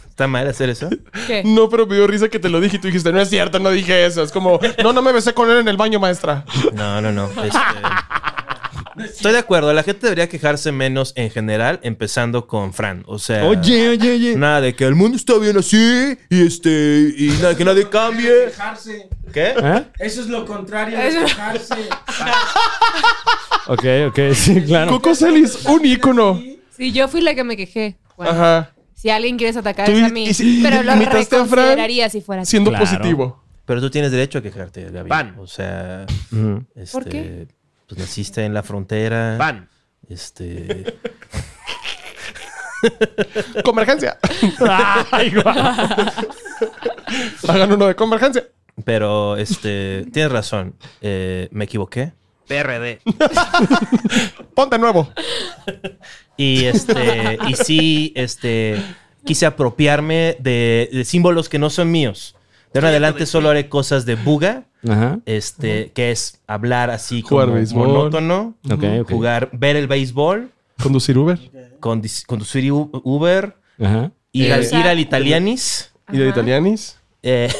¿Está mal hacer eso? ¿Qué? No, pero me dio risa que te lo dije y tú dijiste, no es cierto, no dije eso. Es como, no, no me besé con él en el baño, maestra. No, no, no. este, Estoy de acuerdo. La gente debería quejarse menos en general, empezando con Fran. O sea... Oye, oye, oye. Nada de que el mundo está bien así y este y nada que nadie Eh. cambie. Quejarse. ¿Qué? ¿Eh? Eso es lo contrario de Eso- quejarse. Ok, ok, sí, claro. Coco Celis, un ícono. Sí, yo fui la que me quejé. Juan. Ajá. Si alguien quieres atacar, Tú es a y- mí. y si- pero lo imitaste a Fran, reconsideraría si fuera Siendo Claro. positivo. Pero tú tienes derecho a quejarte, Gaby. Van. O sea, Ujú. este, ¿Por qué? pues naciste en la frontera. Van. Este, Convergencia. Ay, guau. Hagan uno de convergencia. pero este, tienes razón. Eh, me equivoqué. PRD. Ponte nuevo. Y este, y sí, este, quise apropiarme de, de símbolos que no son míos. De ahora en adelante solo haré cosas de buga, Ajá. este, que es hablar así Jugar como béisbol. monótono, Ok, ok. jugar, ver el béisbol. Conducir Uber. condis- conducir u- Uber, Ajá. ir, al, Exacto. ir al Italianis. Y de italianis. eh,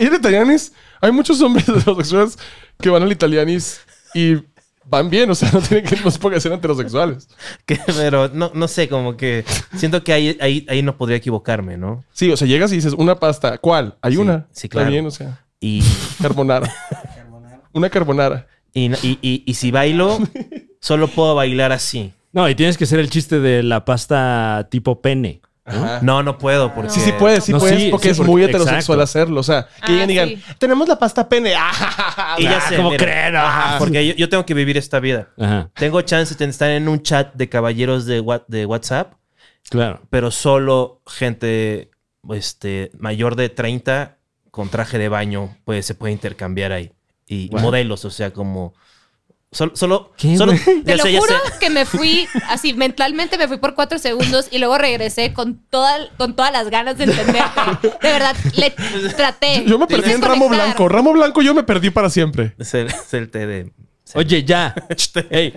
Ir de italianis. Hay muchos hombres heterosexuales que van al italianis y van bien. O sea, no tienen que, no es porque sean heterosexuales. que- pero no, no sé, como que siento que ahí, ahí, ahí no podría equivocarme, ¿no? Sí, o sea, llegas y dices, una pasta. ¿Cuál? Hay Sí, una. sí, claro. Está bien, o sea, Y, carbonara. una carbonara. y, y- y- y si bailo, solo puedo bailar así. No, y tienes que hacer el chiste de la pasta tipo pene. Ajá. No, no puedo porque... Sí, sí puedes, sí No, puedes, sí, porque sí, es porque- muy heterosexual exacto. hacerlo. O sea, Ah, que digan, digan, sí. Tenemos la pasta pene. Ah, Y ya sé, ¿cómo mira, Ah, creen? ajá, porque yo, yo tengo que vivir esta vida. Ajá, Tengo chance de estar en un chat de caballeros de, wa- de WhatsApp, claro. pero solo gente este, mayor de 30 con traje de baño pues, se puede intercambiar ahí. Y Wow. modelos, o sea, como... Solo... solo, ¿Qué, solo- güey? Te ya lo sé, ya juro sé. que me fui así, mentalmente me fui por cuatro segundos y luego regresé con, toda, con todas las ganas de entenderte. De verdad, le traté. Yo me Quise perdí en Ramo conectar. Blanco. Ramo Blanco yo me perdí para siempre. Es el, es el té de... Oye, ya. Este. Ey,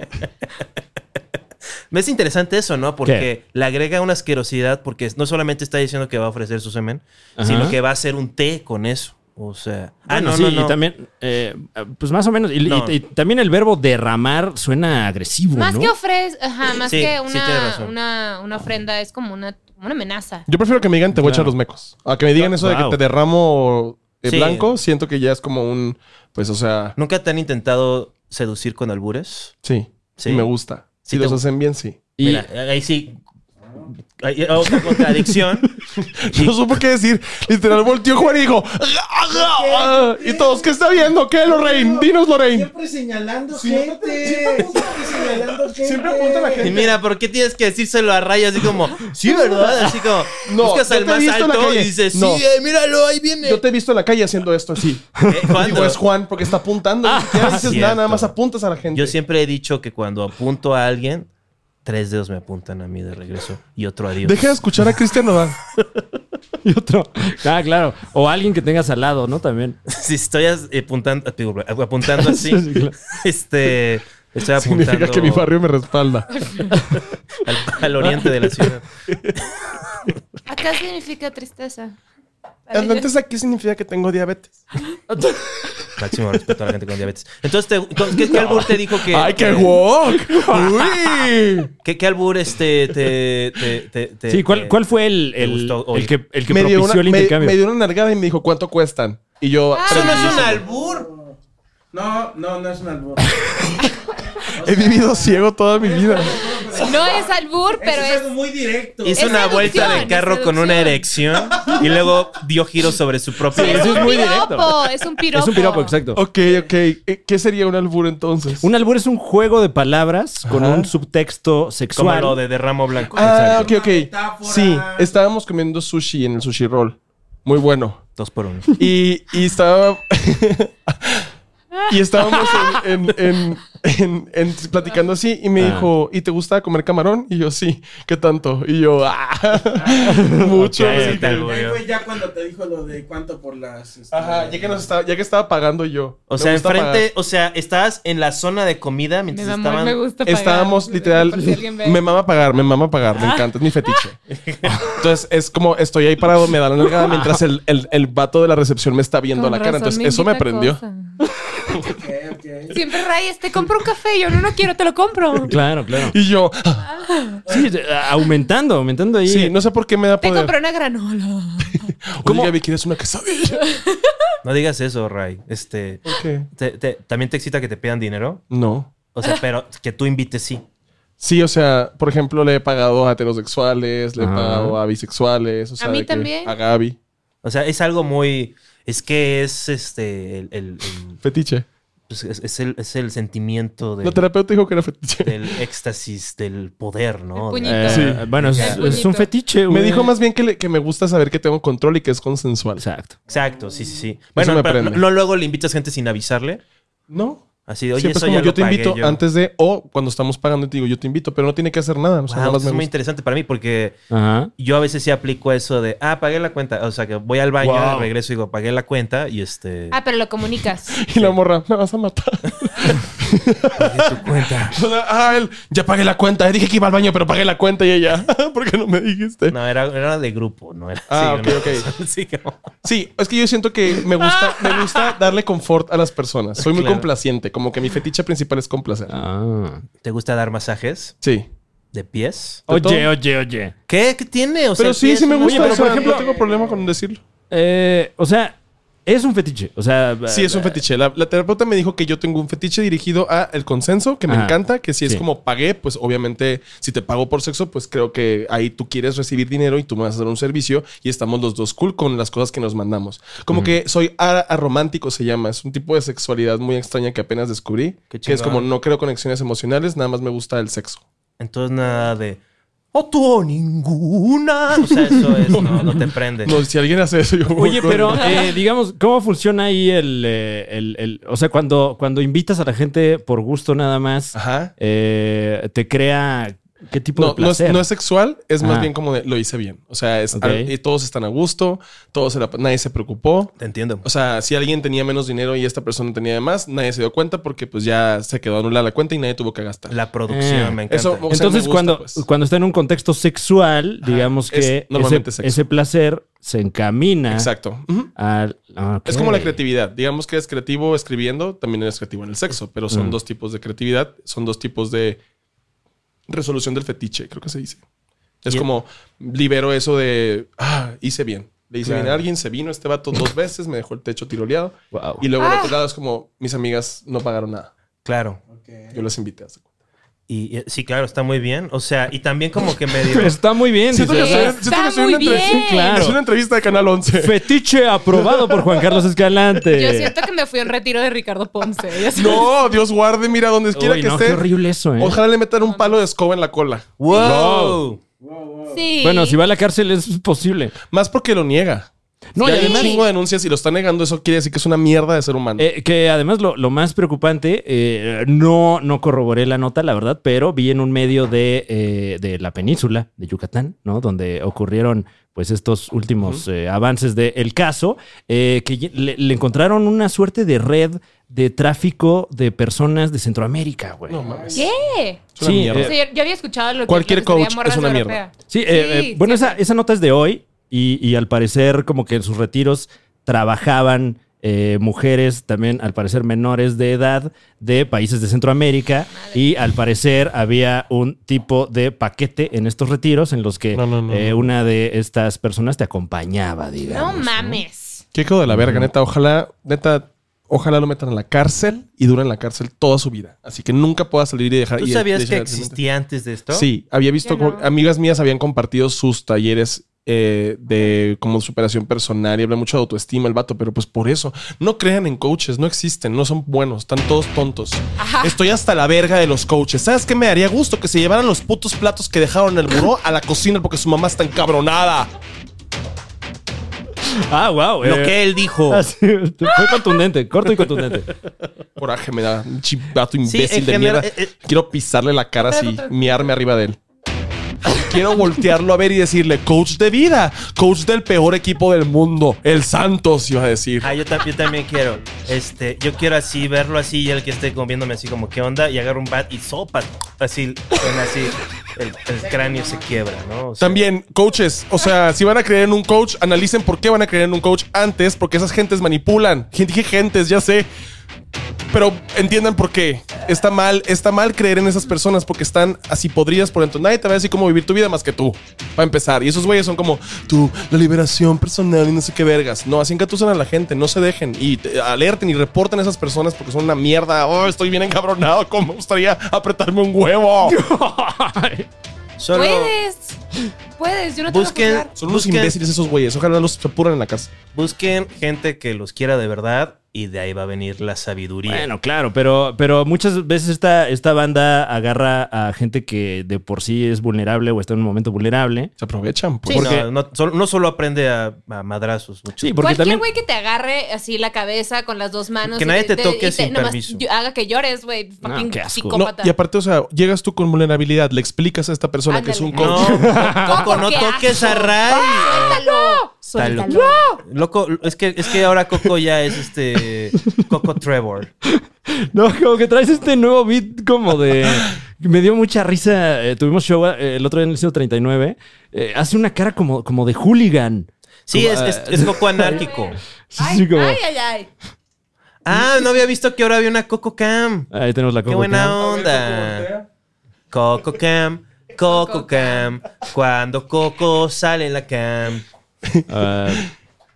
Me es interesante eso, ¿no? Porque ¿Qué? le agrega una asquerosidad porque no solamente está diciendo que va a ofrecer su semen, Ajá. sino que va a hacer un té con eso. O sea... ah, Bueno, no, sí, no, no. y también, eh, pues más o menos, y, No. y- y también el verbo derramar suena agresivo, Más ¿no? que ofrece, ajá, más Sí, que sí, una, tienes razón. una, una ofrenda, es como una, como una amenaza. Yo prefiero que me digan te voy a echar los mecos. A que me digan eso de Wow. que te derramo eh, Sí. blanco, siento que ya es como un. Pues, o sea, ¿Nunca te han intentado seducir con albures? sí. Sí. Y me gusta. Sí si te los gu- hacen bien, sí. Y- Mira, ahí sí. hay otra contradicción. No supo qué decir. Literal, volteó Juan y dijo. "Ah, ah, ah". Y todos, ¿qué está viendo? ¿Qué, Lorraine? Dinos, Lorraine. Siempre señalando Siempre- gente. Siempre apunta- señalando gente. Siempre apunta a la gente. Y mira, ¿por qué tienes que decírselo a Rayo así como, sí, verdad? Así como, No, buscas yo al te he más visto en la alto y calle. dices, No. sí, eh, míralo, ahí viene. Yo te he visto en la calle haciendo esto así. Eh, ¿cuándo? Digo, es Juan porque está apuntando. Ni siquiera dices nada, cierto. nada más apuntas a la gente. Yo siempre he dicho que cuando apunto a alguien, tres dedos me apuntan a mí de regreso y otro adiós. Deja de escuchar a Cristian Nodal. Y otro. Ah, claro. O alguien que tengas al lado, ¿no? También. Si estoy as- apuntando, digo, apuntando así, Sí, claro. este, estoy apuntando Significa que mi barrio me respalda. al, al oriente de la ciudad. Acá significa tristeza. Entonces aquí significa que tengo diabetes. Máximo respeto a la gente con diabetes. Entonces, te- entonces, ¿qué, qué albur te dijo que... ¡Ay, qué que- walk! ¡Uy! ¿Qué, qué albur este te, te, te, te- Sí, ¿cuál, te- cuál fue el, te el- gustó hoy? el que, el que me, dio propició una, el me- intercambio? me dio una nalgada y me dijo, ¿cuánto cuestan? Y yo, Eso no es un albur. No, no, no es un albur. he vivido ciego toda mi vida. No es albur, pero Eso es es. algo muy directo. Hizo Es una seducción, vuelta de es carro con una erección y luego dio giro sobre su propio. Sí, eso es muy directo. piropo, es un piropo. Es un piropo, exacto. Ok, ok. Eh, ¿Qué sería un albur entonces? Un albur es un juego de palabras con Ajá. un subtexto Como sexual. lo de derramo blanco. Ah, ok, Una ok. metáfora. Sí, estábamos comiendo sushi en el sushi roll. Muy bueno. Dos por uno. Y, y estaba. y estábamos en, en- en- en- en- platicando así. Y me Ah. dijo, ¿y te gusta comer camarón? Y yo, sí. ¿Qué tanto? Y yo, "Ah, mucho. Ok, así te que- Oh, Ahí alburió. fue ya cuando te dijo lo de cuánto por las. este, Ajá, ya que, nos estaba, ya que estaba pagando yo. O Me sea, gusta enfrente, o sea, estás en la zona de comida Me mientras da amor, estaban. me gusta pagar. Estábamos literal. Por si alguien ve. me mama pagar, me mama pagar, me encanta, es mi fetiche. Entonces es como estoy ahí parado, me da la nalgada mientras el, el, el vato de la recepción me está viendo Con la cara. razón Entonces eso me invita prendió. cosas. Ok, ok. Siempre Rayes, te compro un café. Yo no, no quiero, te lo compro. Claro, claro. Y yo, "Ah, Sí, de- a- aumentando, aumentando ahí. sí, no sé por qué me da Te poder. compré una granola. ¿Cómo? Oye, Gaby, ¿quieres una quesadilla? No digas eso, Ray. Este. ¿Qué? te- te- ¿También te excita que te pidan dinero? No. O sea, pero que tú invites sí. Sí, o sea, por ejemplo, le he pagado a heterosexuales, le he Ah. pagado a bisexuales, o sea, mí de que- también. a Gaby. O sea, es algo muy. Es que es este. El, el- el- Fetiche. pues, es, es el, es el sentimiento del, La terapeuta dijo que era fetiche. del éxtasis, del poder, ¿no? El De- Eh, Sí. Bueno, es, El es un puñito. fetiche. Me güey. dijo más bien que, le- que me gusta saber que tengo control y que es consensual. Exacto. Exacto, sí, sí, sí. Bueno, me pero no, prende. no luego le invitas gente sin avisarle. No, Así de, oye, Siempre eso es ya como yo lo te pagué invito yo". antes de, o cuando estamos pagando te digo yo te invito, pero no tiene que hacer nada. O Wow, sea, nada esto más es me muy gusta. interesante para mí porque Ajá. yo a veces sí aplico eso de, ah, pagué la cuenta. O sea, que voy al baño, Wow. regreso y digo, pagué la cuenta y este... Ah, pero lo comunicas. Y la morra, me vas a matar. tu cuenta. ah, él, ya pagué la cuenta. Dije que iba al baño, pero pagué la cuenta y ella, ¿por qué no me dijiste? No, era, era de grupo, no era... Ah, sí, ok, una ok. cosa así como- Sí, es que yo siento que me gusta, me gusta darle confort a las personas. Soy muy Claro. complaciente, como que mi fetiche principal es complacer. Ah. ¿Te gusta dar masajes Sí. de pies? Oye, todo- oye, oye. ¿Qué? ¿Qué tiene? O sea, Pero el sí, pie es sí me una- gusta. Oye, pero o sea, por ejemplo- no tengo problema con decirlo. Eh, o sea, es un fetiche. O sea, eh, Sí, es un fetiche. La, la terapeuta me dijo que yo tengo un fetiche dirigido a el consenso, que me Ajá. encanta, que si es Sí. como pagué, pues obviamente si te pago por sexo, pues creo que ahí tú quieres recibir dinero y tú me vas a dar un servicio y estamos los dos cool con las cosas que nos mandamos. Como que soy a- aromántico se llama, es un tipo de sexualidad muy extraña que apenas descubrí, Qué que es como chingón. no creo conexiones emocionales, nada más me gusta el sexo. Entonces nada de... O tú o ninguna. O sea, eso es, no, no te prende. No, si alguien hace eso, yo voy Oye, con- pero eh, digamos, ¿cómo funciona ahí el, eh, el- el- O sea, cuando, cuando invitas a la gente por gusto nada más, Ajá. eh, te crea qué tipo de No, no es, placer? no es sexual, es más Ah. bien como de, lo hice bien. O sea, es- Ok. ah, y todos están a gusto, todos se la- nadie se preocupó. Te entiendo. O sea, si alguien tenía menos dinero y esta persona tenía más, nadie se dio cuenta porque pues ya se quedó anulada la cuenta y nadie tuvo que gastar. La producción, Eh, me encanta. eso- o sea, Entonces, me gusta, cuando, pues. cuando está en un contexto sexual, digamos es que ese, normalmente sexo. ese placer se encamina Exacto. Ujú. al. ah, Es ok. como la creatividad. Digamos que es creativo escribiendo, también es creativo en el sexo, pero son Mm. dos tipos de creatividad, son dos tipos de resolución del fetiche, creo que se dice. Es Y- como libero eso de, ah, hice bien. Le hice Claro. bien a alguien, se vino este vato dos veces, me dejó el techo tiroleado. Wow. Y luego el otro lado es como, mis amigas no pagaron nada. Claro. ok. Yo las invité a hacer. Y, y- sí, claro, está muy bien. O sea, y también como que medio. Está muy bien. Siento que dice. soy, siento que soy una, muy entrevista- bien. Sí, claro. es una entrevista de Canal 11. Fetiche aprobado por Juan Carlos Escalante. Yo siento que me fui a un retiro de Ricardo Ponce. ya sé. No, Dios guarde, mira donde quiera Uy, que no, esté. qué horrible eso, ¿eh? Ojalá le metan un palo de escoba en la cola. ¡Wow! Wow, wow. Sí. Bueno, si va a la cárcel es posible. Más porque lo niega. No, ya y hay un además- chingo de denuncias y lo está negando. Eso quiere decir que es una mierda de ser humano. Eh, que además lo, lo más preocupante, eh, no, no corroboré la nota, la verdad, pero vi en un medio de, eh, de la península de Yucatán, ¿no? Donde ocurrieron pues estos últimos eh, avances del caso, eh, que ye- le, le encontraron una suerte de red de tráfico de personas de Centroamérica, güey. no mames. ¿Qué? Es una Sí, mierda. eh, Sí, yo- yo había escuchado lo que Cualquier lo que sería coach morras es una mierda. europeas. Sí, eh, Sí, eh, bueno, sí. esa, esa nota es de hoy y, y al parecer como que en sus retiros trabajaban eh, mujeres también, al parecer menores de edad de países de Centroamérica y al parecer había un tipo de paquete en estos retiros en los que No, no, no, eh, no. una de estas personas te acompañaba, digamos. No mames. Qué quedo de la verga, neta. Ojalá, neta, ojalá lo metan en la cárcel y dure en la cárcel toda su vida. Así que nunca pueda salir y dejar. ¿Tú y- sabías que dejar- existía antes de esto? Sí, había visto Yo como no. amigas mías habían compartido sus talleres eh, de como superación personal y habla mucho de autoestima el vato, pero pues por eso no crean en coaches, no existen, no son buenos, están todos tontos. Estoy hasta la verga de los coaches. ¿Sabes qué me daría gusto? Que se llevaran los putos platos que dejaron en el buró a la cocina porque su mamá está encabronada. Ah, wow. Lo que él dijo. Ah, fue contundente, corto y contundente. Coraje me da, un chi- vato imbécil en de general, mierda. eh, Quiero pisarle la cara así, miarme arriba de él. Quiero voltearlo a ver y decirle, coach de vida, coach del peor equipo del mundo, el Santos, iba a decir. Ah, yo, tam- yo también quiero. Este, yo quiero así, verlo así y el que esté comiéndome así como, ¿qué onda? Y agarro un bat y sopa. Así, suena así, el, el cráneo se quiebra, ¿no? O sea, También, coaches, o sea, si van a creer en un coach, analicen por qué van a creer en un coach antes, porque esas gentes manipulan. Gen- Dije gentes, ya sé. Pero entiendan por qué. Está mal, está mal creer en esas personas porque están así podridas por dentro. Nadie te va a decir cómo vivir tu vida más que tú. Para empezar. Y esos güeyes son como tú, la liberación personal y no sé qué vergas. No, así encatusan a la gente, no se dejen y te- alerten y reporten a esas personas porque son una mierda. Oh, estoy bien encabronado. ¿Cómo me gustaría apretarme un huevo? solo Puedes. Puedes, yo no te voy a busquen, juzgar. Son unos busquen, imbéciles esos güeyes. Ojalá los se apuran en la casa. busquen gente que los quiera de verdad y de ahí va a venir la sabiduría. Bueno, claro, pero, pero muchas veces esta, esta banda agarra a gente que de por sí es vulnerable o está en un momento vulnerable. Se aprovechan. Sí, Pues. Porque- no, no, solo, no solo aprende a, a madrazos. mucho. Sí, porque Cualquier también. güey que te agarre así la cabeza con las dos manos. Que y nadie te toque y sin nomás permiso. yo- haga que llores, güey. Fucking qué asco. No, psicópata. y aparte, o sea, llegas tú con vulnerabilidad, le explicas a esta persona que es un Ándale. coach. No, Coco, Coco, no qué toques a asco. ¡Ah, Ray. Suéltalo. Está Suéltalo. loco. Loco, es que, es que ahora Coco ya es este Coco Trevor. No, como que traes este nuevo beat como de... Me dio mucha risa. eh, tuvimos show eh, el otro día en el 139. eh, hace una cara como, como de hooligan. Sí, es, es, Ah, es Coco anárquico. Sí, sí, como- Ay, ay, ay. Ah, no había visto que ahora había una Coco Cam. Ahí tenemos la Qué Coco Cam. buena onda. Coco Cam, Coco Cam. Cuando Coco sale en la cam. Ah,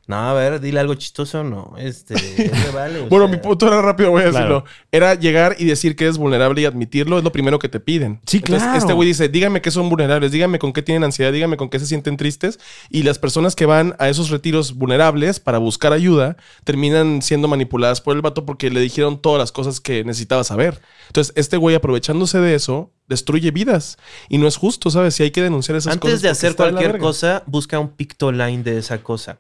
No, a ver, dile algo chistoso, no. Este, no me vale. o Bueno, sea. mi punto era rápido, voy a Claro. decirlo. Era llegar y decir que eres vulnerable y admitirlo es lo primero que te piden. Sí, claro. este güey dice, díganme qué son vulnerables, díganme con qué tienen ansiedad, díganme con qué se sienten tristes. Y las personas que van a esos retiros vulnerables para buscar ayuda terminan siendo manipuladas por el vato porque le dijeron todas las cosas que necesitaba saber. Entonces, este güey aprovechándose de eso, destruye vidas. Y no es justo, ¿sabes? Si hay que denunciar esas cosas. Antes de porque hacer está de la cualquier verga. cosa, busca un Pictoline de esa cosa.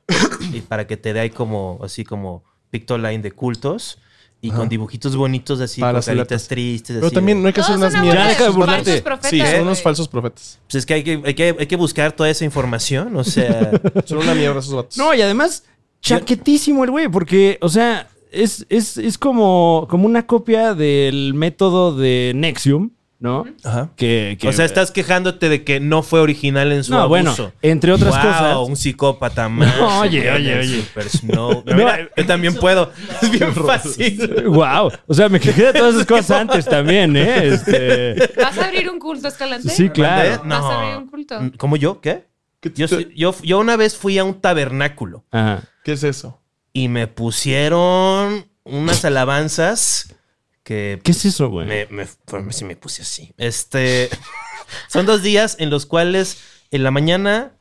y para que te dé ahí como, así como Pictoline de cultos. Y con dibujitos bonitos así, Para con hacer la caritas tristes. Pero así también de- no hay que Todos hacer unas son una bola Ya mierdas. deja de falsos burlarte. profetas, Sí, son güey. unos falsos profetas. Pues es que hay que, hay que hay que buscar toda esa información, o sea... Son una mierda esos vatos. No, y además, chaquetísimo el güey, porque, o sea, es, es, es como, como una copia del método de Nexium, ¿no? Ajá. Que, que- o sea, estás quejándote de que no fue original en su No, bueno, abuso. entre otras Wow, cosas. un psicópata más. No, oye, Era oye, el oye. Super Snow. Mira, No, yo también puedo. Es bien fácil. Wow, o sea, me quejé de todas esas cosas antes también, ¿eh? Este, ¿Vas a abrir un culto, Escalante? sí, claro. No. Mm. ¿Vas a abrir un culto? ¿Cómo yo? ¿Qué? Yo, sí- yo, yo una vez fui a un tabernáculo Ajá. ¿Qué es eso? y me pusieron unas alabanzas que ¿Qué es eso, güey? me, me, fue- sí me puse así. Este, son dos días en los cuales en la mañana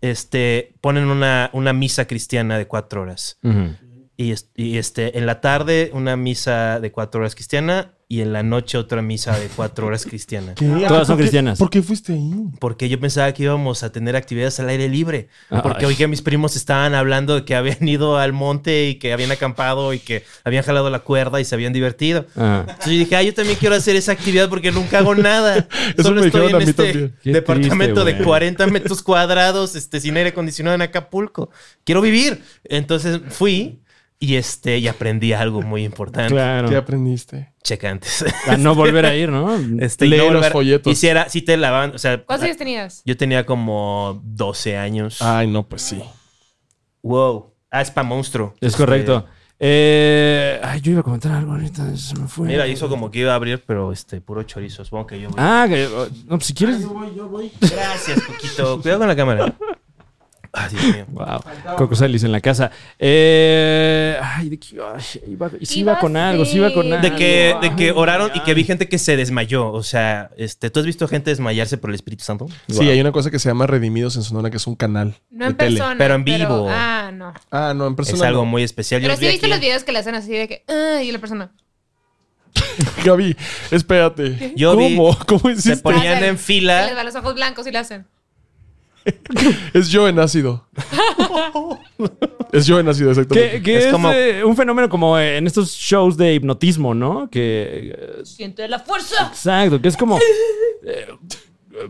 este, ponen una, una misa cristiana de cuatro horas. Ujú. Y, es- y, este, en la tarde una misa de cuatro horas cristiana y en la noche otra misa de cuatro horas cristiana. Ah, Todas son cristianas. ¿Por qué fuiste ahí? Porque yo pensaba que íbamos a tener actividades al aire libre. Ay. Porque oiga, mis primos estaban hablando de que habían ido al monte y que habían acampado y que habían jalado la cuerda y se habían divertido. Ah. Entonces yo dije, ah, yo también quiero hacer esa actividad porque nunca hago nada. Eso Solo me estoy dijeron en a mí este también. Qué departamento triste, de güey. 40 metros cuadrados, este, sin aire acondicionado en Acapulco. Quiero vivir. Entonces fui y este, y aprendí algo muy importante. Claro. ¿Qué aprendiste? Checa antes. A no volver a ir, ¿no? Este, Lee y no los volver- folletos. Y si era, si te lavan, o sea, ¿Cuántos años tenías? yo tenía como 12 años. Ay, no, pues sí. Wow. Ah, es pa' monstruo. Es correcto. este- Eh, ay, yo iba a comentar algo ahorita, se me fue. Este, mira, hizo como que iba a abrir, pero este, puro chorizo. Supongo que yo voy. Ah, que- oh, no, pues si quieres. Yo voy, yo voy. Gracias, Coquito. Cuidado con la cámara. Ah, Dios mío. Wow, Coco Celis en la casa. Eh, ay, de que, ay, iba, y sí iba Ibas con algo, sí de- iba con algo. De que, de que Ay, oraron y ay. que vi gente que se desmayó. O sea, este, ¿tú has visto gente desmayarse por el Espíritu Santo? Sí, hay una cosa que se llama Redimidos en Sonora, que es un canal. No de en tele. persona. pero en vivo. ah, no. Ah, no, en Es persona. algo no. muy especial. Yo Pero los vi sí viste aquí. los videos que le hacen así de que. "Ah", y la persona. Gaby, espérate. Yo vi- ¿Cómo? ¿Cómo Se hiciste? ponían Hacen- en Se les fila. van los ojos blancos y le hacen. Es yo en ácido. Pues, es yo en ácido, exactamente. Que, que Es es, como- eh, un fenómeno como eh, en estos shows de hipnotismo, ¿no? Que. eh, Siento de la fuerza. Exacto, que es como. eh,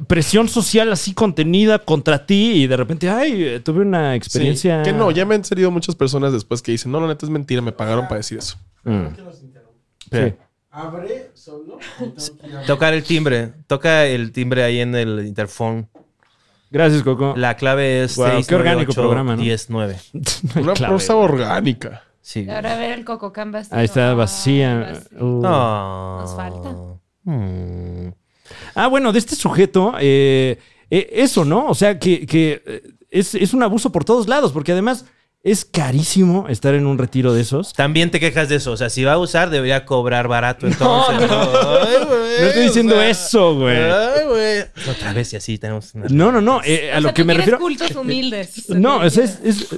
presión social así contenida contra ti y de repente, ay, eh, tuve una Sí, experiencia. que no, ya me han salido muchas personas después que dicen, no, la neta es mentira, me pagaron para decir eso. Mm. Que los interrumpo. Sí. Abre solo. o tengo que ir a- Tocar el timbre. Toca el timbre ahí en el interfón. Gracias, Coco. La clave es Guau, qué 6, 9, orgánico 8, programa, ¿no? 10, 9. Una Clave. prosa orgánica. Sí. Ahora a ver el Coco Ah, Canvas. Ahí está vacía. Uh. No. Nos falta. Mm. Ah, bueno, de este sujeto, eh, eh, eso, ¿no? O sea, que, que, eh, es, es un abuso por todos lados, porque además es carísimo estar en un retiro de esos. También te quejas de eso. O sea, si va a usar, debería cobrar barato entonces. No, Ay, güey, No estoy o diciendo sea, eso, güey. ay, güey. Otra vez, y así tenemos. una- No, no, no. eh, a lo que me refiero. cultos humildes. No, es. es, es-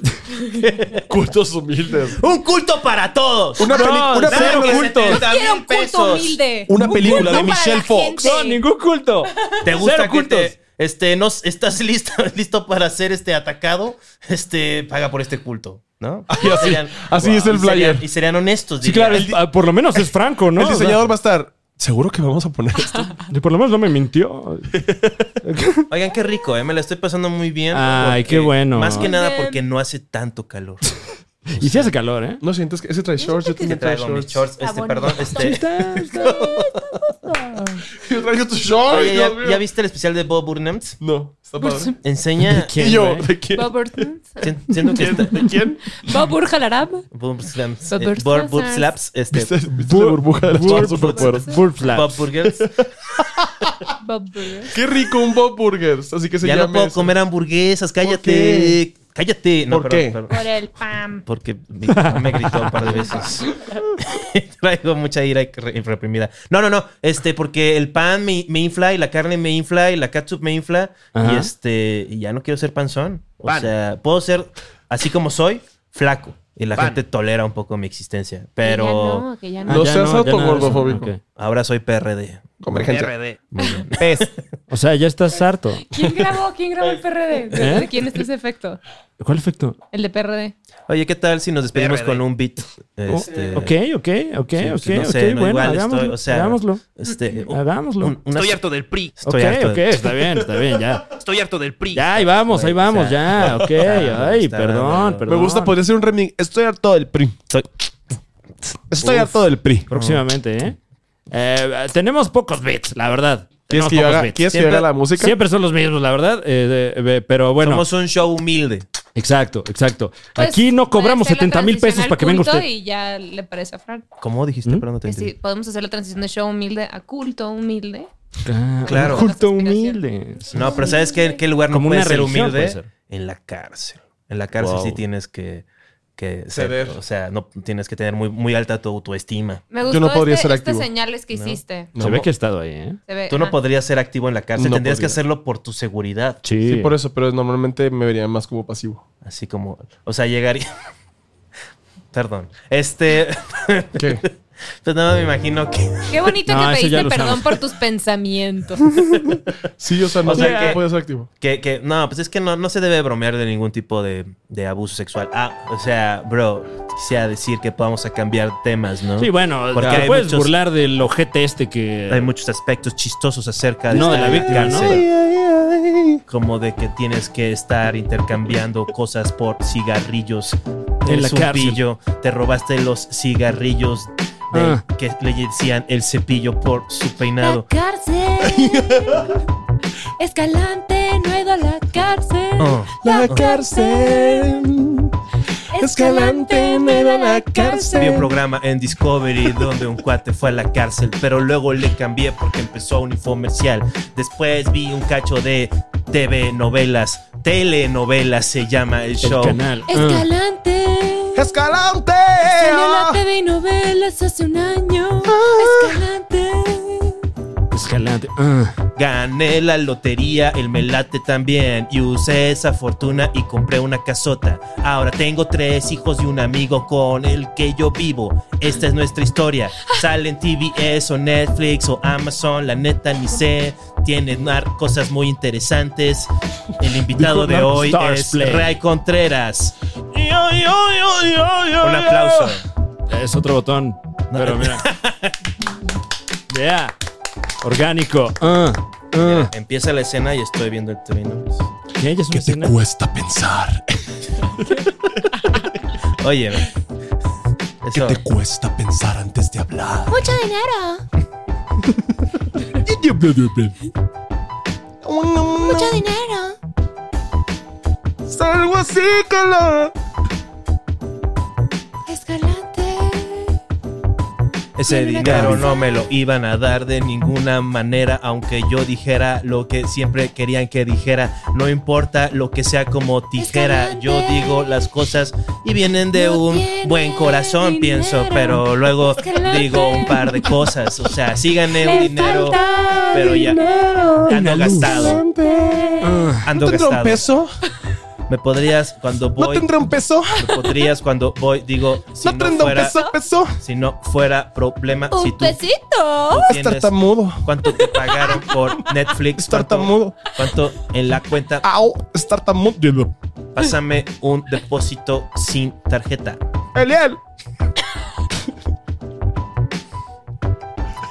Cultos humildes. ¡Un culto para todos! Una, No, peli- una cero película. culto. Quiero un culto humilde. Una película de culto para Michelle la Fox. gente. no, ningún culto. ¿Te gusta Cero que cultos. te- este, no, ¿Estás listo, listo para ser este atacado? Este, paga por este culto, ¿no? Y así- así es el y serían- flyer. y serían honestos. Sí, diría. claro, es- ah, por lo menos es franco, ¿no? El diseñador va a estar. Seguro que vamos a poner esto. O sea, por lo menos no me mintió. Oigan, qué rico, ¿eh? Me la estoy pasando muy bien. Ay, porque- qué bueno. Más que nada Bien. porque no hace tanto calor. Y sí hace calor, ¿eh? No sientes que ese trae shorts, yo Te también traigo traigo mis shorts. Este, perdón, este... Está- está- Yo traigo tus shorts. Oye, Dios ¿ya, mío. ya viste el especial de Bob Burnhams? No, está padre. Enseña. ¿Quién, y yo, güey? ¿de quién? Bob Burtons. Sien- Siento que está. ¿De quién? Babur Jalarab. Bob Slaps. Bob eh, Bob Bob Slaps. Este. ¿Viste, viste la burbuja de las Bur- shorts superpoderes? Burp Flaps. Bob Burgers. Babur. Qué rico un Bob Burgers. Así que se Ya llama. no puedo eso. comer hamburguesas. Cállate. qué? Cállate. No, ¿Por perdón, qué? perdón. Por el PAM. Porque mi papá me gritó un par de veces. Traigo mucha ira re- reprimida. No, no, no. Este, porque el pan me, me infla y la carne me infla y la catsup me infla. Y Ajá. este, y ya no quiero ser panzón. O Pan. sea, puedo ser así como soy, flaco. Y la Pan. gente tolera un poco mi existencia. Pero Que ya no, que ya no. Ah, No ya seas ya nada de eso. autogordofóbico. Ok. ahora soy PRD. Comer gente. RD. Pez. O sea, ya estás harto. ¿Quién grabó? ¿Quién grabó Este. el PRD? ¿De, ¿Eh? de quién está ese efecto? ¿Cuál efecto? El de PRD. Oye, ¿qué tal si nos despedimos PRD? con un beat? Este, Oh, Ok, ok, ok, sí, ok, sí, no ok. sé, no, bueno, igual estoy, hagámoslo. o sea, hagámoslo. Mm, Este, un- Hagámoslo. un- una- Estoy harto del PRI. estoy ok, harto de- ok, está bien, está bien, ya. Estoy harto del PRI. Ya, ahí vamos, ahí Güey, vamos, o sea, ya. Ok, está- ay, está- perdón, me perdón. Me gusta, podría ser un remix. Estoy harto del PRI. Estoy- Estoy harto del PRI. Próximamente, ¿eh? Eh, Tenemos pocos beats, la verdad. ¿Quieres Tenemos que yo pocos haga, beats. ¿quieres que yo Siempre- haga la música? Siempre son los mismos, la verdad. eh, de- de- pero bueno, Somos un show humilde. exacto, exacto. Pues, Aquí no cobramos puede ser la 70 mil pesos transición para que venga al culto usted. Y ya le parece a Fran. ¿Cómo dijiste? ¿Mm? Perdón, no te Que si entendí. podemos hacer la transición de show humilde a culto humilde. Ah, Claro. Un culto Las aspiraciones. humilde. No, pero ¿sabes qué, qué lugar no Como puede una ser religión humilde? puede ser. En la cárcel. En la cárcel Wow. sí tienes que, que Ceder. O sea, no tienes que tener muy, muy alta tu autoestima. Me gustó Yo no podría este- ser estas activo. señales que No. hiciste. Se ve No. que he estado ahí, ¿eh? Se ve- Tú ah. no ajá. podrías ser activo en la cárcel, No tendrías que podría. hacerlo por tu seguridad. Sí. Sí, por eso, pero normalmente me vería más como pasivo. Así como, o sea, llegaría. Perdón. Este, ¿Qué? pues nada, me imagino que. Qué bonito No, que eso ya pediste lo perdón usamos. por tus pensamientos. Sí, o sea, no O sea, sé que- podía ser activo. Que, que- no, pues es que no, no se debe bromear de ningún tipo de, de abuso sexual. Ah, o sea, bro, quisiera decir que vamos a cambiar temas, ¿no? Sí, bueno, Porque te hay puedes muchos- burlar del ojete este que. Hay muchos aspectos chistosos acerca de, No, de estar la en víctima, ¿no? cárcel. Como de que tienes que estar intercambiando cosas por cigarrillos. En El la cepillo. Te robaste los cigarrillos de- Ah. que le decían el cepillo por su peinado. La cárcel. Escalante, no he ido a la cárcel. Oh. La cárcel. Escalante, no he ido a la Vi un cárcel. programa en Discovery donde un cuate fue a la cárcel, pero luego le cambié porque empezó a un infomercial. Después vi un cacho de TV novelas, telenovelas se llama el el show. canal. Ah. Escalante. Ah. ¡Escalante! Salió en la TV y novelas hace un año. Ah. Escalante. Escalante. Ah. Gané la lotería, el melate también. Y usé esa fortuna y compré una casota. Ahora tengo tres hijos y un amigo con el que yo vivo. Esta es nuestra historia. Sale en TVS o Netflix o Amazon, la neta ni sé. Tiene nar- cosas muy interesantes. El invitado de Narcos hoy Stars es Play. Ray Contreras. Un Un aplauso. Ah. Es otro botón. Pero mira. Yeah. Orgánico. Ah. Ah. Empieza la escena y estoy viendo el término. ¿Qué? ¿Ya es una escena? cuesta pensar? Oye, eso- cuesta pensar antes de hablar? Mucho dinero. Mucho dinero. Algo así, calor. Escalante. Ese Tiene una dinero cabeza. no me lo iban a dar de ninguna manera, aunque yo dijera lo que siempre querían que dijera. No importa lo que sea como tijera, Escalante. yo digo las cosas y vienen de No un tiene buen corazón, dinero. pienso, pero luego Escalante. digo un par de cosas. O sea, sí gané un Le dinero, falta pero ya dinero. ando Una luz. gastado. Ah. Ando ¿No tendrá un gastado. peso? Me podrías cuando ¿No voy, tendrá un peso? me podrías cuando voy, digo, si ¿No no, tendrá un fuera, peso? ¿Peso? si no fuera problema, si Un tú pesito. Es tienes- tartamudo. ¿Cuánto te pagaron por Netflix? Es ¿Cuánto- tartamudo. ¿Cuánto en la cuenta? Au, es tartamudo. Pásame un depósito sin tarjeta. Eliel.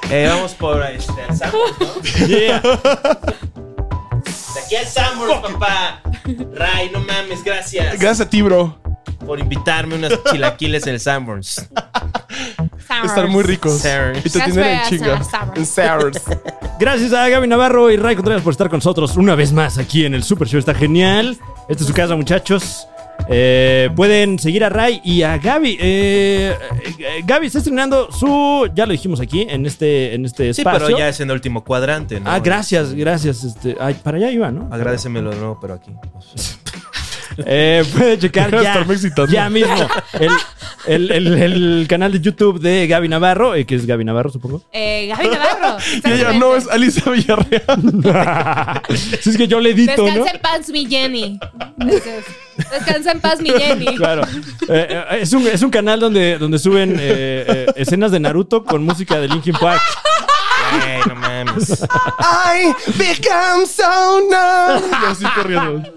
Eh, vamos por este, al Sanborns, ¿no? De aquí al Sanborns, papá. Ray, no mames, gracias. Gracias a ti, bro. por invitarme unas chilaquiles en el Sanborns. Están muy ricos. Sours. Y te Gracias tienen en por chinga. sours. En sours. Gracias a Gaby Navarro y Ray Contreras por estar con nosotros una vez más aquí en el Super Show. Está genial. Esta es su casa, muchachos. Eh, pueden seguir a Ray y a Gaby. Eh, eh, Gaby está estrenando su. Ya lo dijimos aquí en este, en este Sí, espacio. pero ya es en el último cuadrante, ¿no? Ah, gracias, gracias. Este, ay, para allá iba, ¿no? Agradecemelo de nuevo, pero aquí. Eh, pueden checar Deja de ya, estarme excitando. ya mismo el, el- el- el canal de YouTube de Gaby Navarro, eh, que es Gaby Navarro, supongo. Eh, Gaby Navarro. Ya, ya, no, es Alicia Villarreal. Si es que yo le edito, Descansa ¿no? en paz, mi Jenny. Descansa en paz, mi Jenny. Claro. Eh, eh, es, un, es un canal donde, donde suben eh, eh, escenas de Naruto con música de Linkin Park. Ay, no mames. I become so numb. Y así corriendo.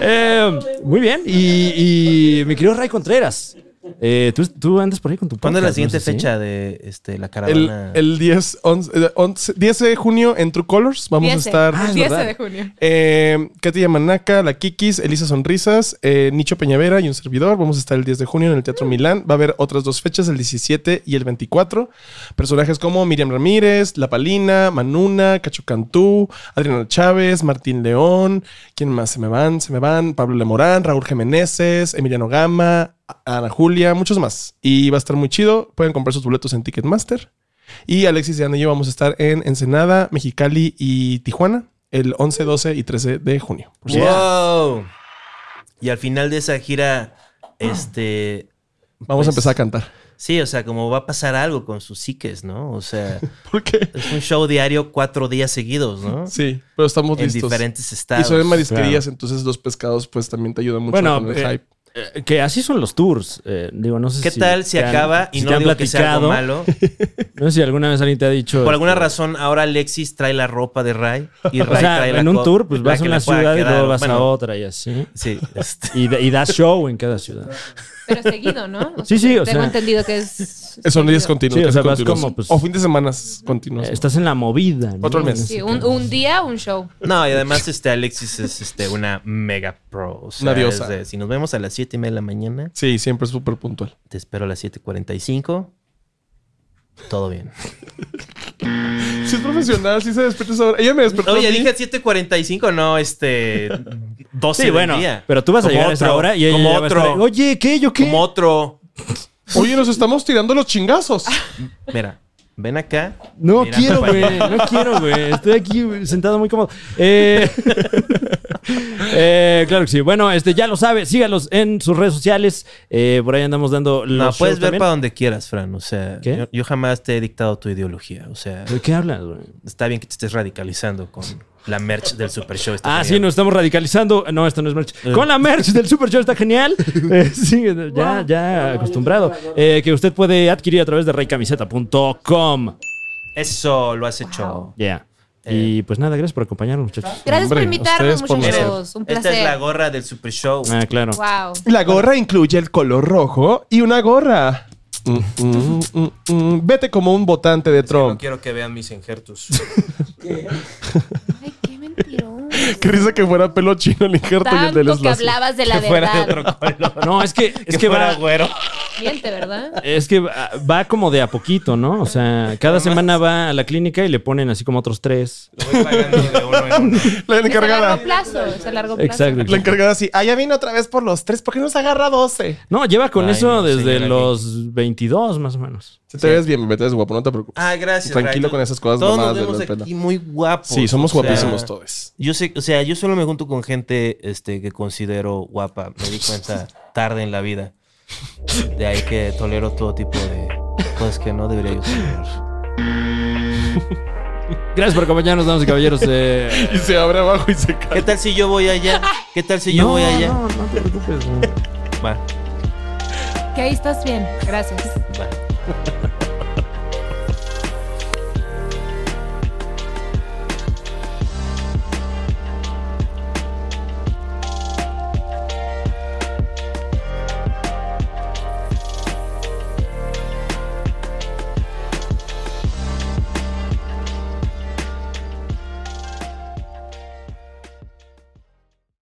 Eh, muy bien. Y, y mi querido Ray Contreras, eh, tú, tú andas por ahí con tu ¿Cuándo es la podcast, siguiente ¿no? Sí. fecha de este, la El, caravana? el 10, 11, eh, 11 10 de junio en True Colors vamos a 10. estar... Ah, es 10 verdad. de junio. Eh, Katy Yamanaka, La Kikis, Elisa Sonrisas, eh, Nicho Peñavera y un servidor. Vamos a estar el 10 de junio en el Mm. Teatro Milán. Va a haber otras dos fechas, el 17 y el 24. Personajes como Miriam Ramírez, La Palina, Manuna, Cacho Cantú, Adriana Chávez, Martín León. ¿Quién más? Se me van, se me van. Pablo Lemorán, Raúl Jiménez, Emiliano Gama, Ana Julia, muchos más. Y va a estar muy chido. Pueden comprar sus boletos en Ticketmaster. Y Alexis y Ana y yo vamos a estar en Ensenada, Mexicali y Tijuana el 11, Pues 12 y 13 de junio. Yeah. ¡Wow! Y al final de esa gira este. Vamos a pues, empezar a cantar. Sí, o sea, como va a pasar algo con sus psiques, ¿no? O sea, ¿Por qué? es un show diario cuatro días seguidos, ¿no? Sí, pero estamos en listos. diferentes Y estados. son en marisquerías, entonces los pescados pues también te ayudan mucho Bueno, con el eh, hype. Eh, que así son los tours. Eh, digo, no sé ¿Qué si tal si te han- acaba y si te no han digo que sea algo malo? No sé si alguna vez alguien te ha dicho. Por alguna este, razón, ahora Alexis trae la ropa de Ray y Ray O sea, trae la en un co- tour, pues la vas a que una le pueda ciudad y quedar. luego vas a Bueno, otra y así. Sí, este, Y, da- y das show en cada ciudad. Pero seguido, ¿no? O Sí, sí, o tengo sea- entendido que es. Eh, Son días continuos. Sí, o casi sea, vas continuos. como, pues, o fin de semana continuos. Eh, ¿no? Estás en la movida. ¿no? Otro al mes. Sí, un, un día, un show. No, y además este Alexis es este, una mega pro. O sea, Una diosa. es de, si nos vemos a las 7 y media de la mañana, Sí, siempre es súper puntual. te espero a las 7.45. Todo bien. Si es profesional, si se despierta a esa hora. Ella me despertó. Oye, a mí. dije 7.45, no, este... 12 Sí, del bueno. día. Pero tú vas a Como llegar a esa otro, hora y ella como ya va a estar otro. ahí, Oye, ¿qué? ¿Yo qué? Como otro... Oye, nos estamos tirando los chingazos. Mira, ven acá. No Mira, quiero, para güey. No quiero, güey. Estoy aquí güey, sentado muy cómodo. Eh, eh, claro que sí. Bueno, este ya lo sabe. Sígalos en sus redes sociales. Eh, por ahí andamos dando los No, puedes shows ver también. para donde quieras, Fran. O sea, ¿Qué? yo, yo jamás te he dictado tu ideología. O sea, ¿De qué hablas, güey? está bien que te estés radicalizando con la merch del Super Show. Ah, sí, nos estamos radicalizando. No, esto no es merch. Con la merch del Super Show está genial. Eh, sí, ya, ya acostumbrado. Eh, que usted puede adquirir a través de reycamiseta.com. Eso lo has hecho. Ya. Y pues nada, gracias por acompañarnos, muchachos. Gracias Hombre, por invitarnos, ustedes por muchachos. Miren, Un esta placer. es la gorra del Super Show. Ah, claro. Wow. La gorra incluye el color rojo y una gorra. Mm, mm, mm, mm. Vete como un votante Pues de No Trump. quiero que vean mis injertos. Ay, qué mentiroso. Qué risa que fuera pelo chino el injerto y el Tanto del que slash. hablabas de la Fuera de verdad. otro color. No, es que, es que fuera va, güero. Miente, ¿verdad? es que va va como de a poquito, ¿no? O sea, cada semana va a la clínica y le ponen así como otros tres. Lo voy pagando de uno en uno. La Es a largo encargada. plazo. Es a largo plazo. Exacto. La encargada sí. Ah, ya vino otra vez por los tres. ¿Por qué nos agarra 12? No, lleva con Ay, eso no, desde señora, ¿qué? los 22 más o menos. Si te ves bien, me ves guapo, no te preocupes. Ah, gracias. Tranquilo Ray. con esas cosas Todos nos mamadas de vemos los pelos. aquí muy guapos. Sí, somos o sea, guapísimos todos. Yo sé, o sea, yo solo me junto con gente este, que considero guapa. Me di cuenta tarde en la vida. De ahí que tolero todo tipo de cosas que no debería yo tolerar. Gracias por acompañarnos, damas y caballeros. eh. Y se abre abajo y se cae. ¿Qué tal si yo voy allá? ¿Qué tal si yo No, voy allá? no, no te preocupes. no. Va, Que ahí estás bien. Gracias. va.